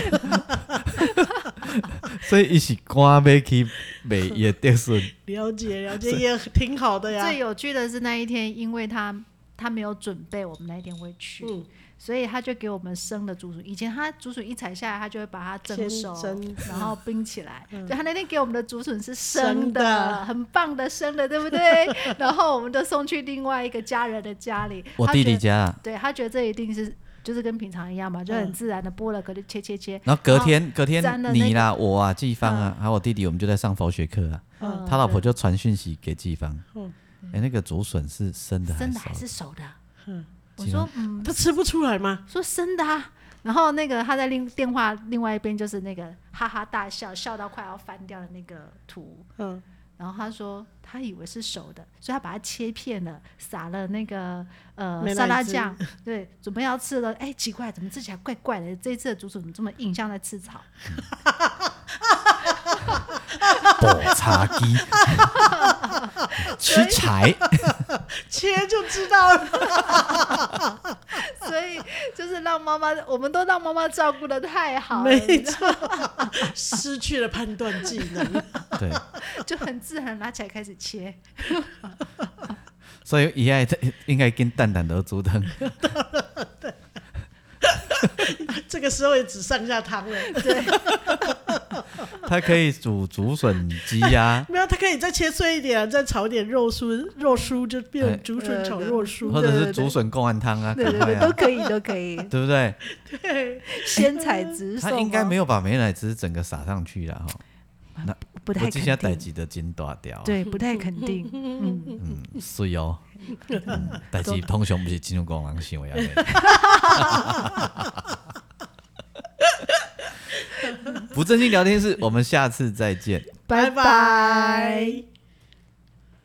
Speaker 3: 所以伊是赶要去卖伊的竹笋，
Speaker 1: 了解了解也挺好的呀
Speaker 2: 最，有趣的是那一天，因为他他没有准备，我们那一天会去，
Speaker 1: 嗯
Speaker 2: 所以他就给我们生的竹笋。以前他竹笋一采下来，他就会把它蒸
Speaker 1: 先
Speaker 2: 熟，
Speaker 1: 蒸嗯
Speaker 2: 然后冰起来。对、他那天给我们的竹笋是生
Speaker 1: 生的
Speaker 2: 很棒的生的，对不对？ 然后我们就送去另外一个家人的家里。
Speaker 3: 我
Speaker 2: 他
Speaker 3: 弟弟
Speaker 2: 觉得，
Speaker 3: 家啦。
Speaker 2: 对他觉得这一定是就是跟平常一样嘛，就
Speaker 1: 嗯
Speaker 2: 很自然的剥了壳就切切切。
Speaker 3: 然后隔天，隔天
Speaker 2: 沾了哦那个
Speaker 3: 你啦，我啊，季芳啊，还有我弟弟，我们就在上佛学课啊。
Speaker 2: 嗯
Speaker 3: 他老婆就传讯息给季芳
Speaker 1: 嗯，
Speaker 3: 哎，那个竹笋是生的还
Speaker 2: 哦生
Speaker 3: 是
Speaker 2: 的还
Speaker 3: 熟的？啊
Speaker 2: 是熟的？我说嗯，
Speaker 1: 他吃不出来吗？
Speaker 2: 说生的啊。然后那个他在另电话另外一边就是那个哈哈大笑，笑到快要翻掉的那个图。
Speaker 1: 嗯，
Speaker 2: 然后他说他以为是熟的，所以他把它切片了，撒了那个呃
Speaker 1: 美乃
Speaker 2: 沙拉
Speaker 1: 滋
Speaker 2: 酱，对，准备要吃了。哎，奇怪，怎么吃起来怪怪的？这一次的竹笋怎么这么硬，像在吃草？
Speaker 3: 爆茶 鸡，吃柴，
Speaker 1: 切就知道了。
Speaker 2: 所以就是让妈妈，我们都让妈妈照顾的太好了，
Speaker 1: 没
Speaker 2: 你知
Speaker 1: 错，失去了判断技能。
Speaker 3: 对，
Speaker 2: 道就很自然拿起来开始切。
Speaker 3: 所以伊爱应该跟蛋蛋的煮汤，
Speaker 1: 这个时候也只剩下汤了，
Speaker 3: 它可以煮竹笋鸡啊呀、
Speaker 1: 没有，它可以再切碎一点啊，再炒点肉酥，肉酥就变
Speaker 3: 哎呃
Speaker 1: 成竹笋炒肉 酥，
Speaker 3: 或者是竹笋贡丸汤啊，
Speaker 2: 对
Speaker 3: 赶
Speaker 2: 对
Speaker 3: 快
Speaker 2: 对，都
Speaker 3: 啊，
Speaker 2: 可以，都可 以，
Speaker 3: 对不对？
Speaker 1: 对，
Speaker 2: 先采直送
Speaker 3: 他
Speaker 2: 哦。
Speaker 3: 应该没有把美乃滋整个撒上去啦，哈。
Speaker 2: 不
Speaker 3: 我
Speaker 2: 太
Speaker 3: 这下代
Speaker 2: 肯定，
Speaker 3: 志的真大条，，啊
Speaker 2: 对，不太肯定。嗯，
Speaker 3: 嗯，是哦。 嗯代志通常不是真有讲人想的安尼。不正经聊天室，我们下次再见。
Speaker 1: 拜拜。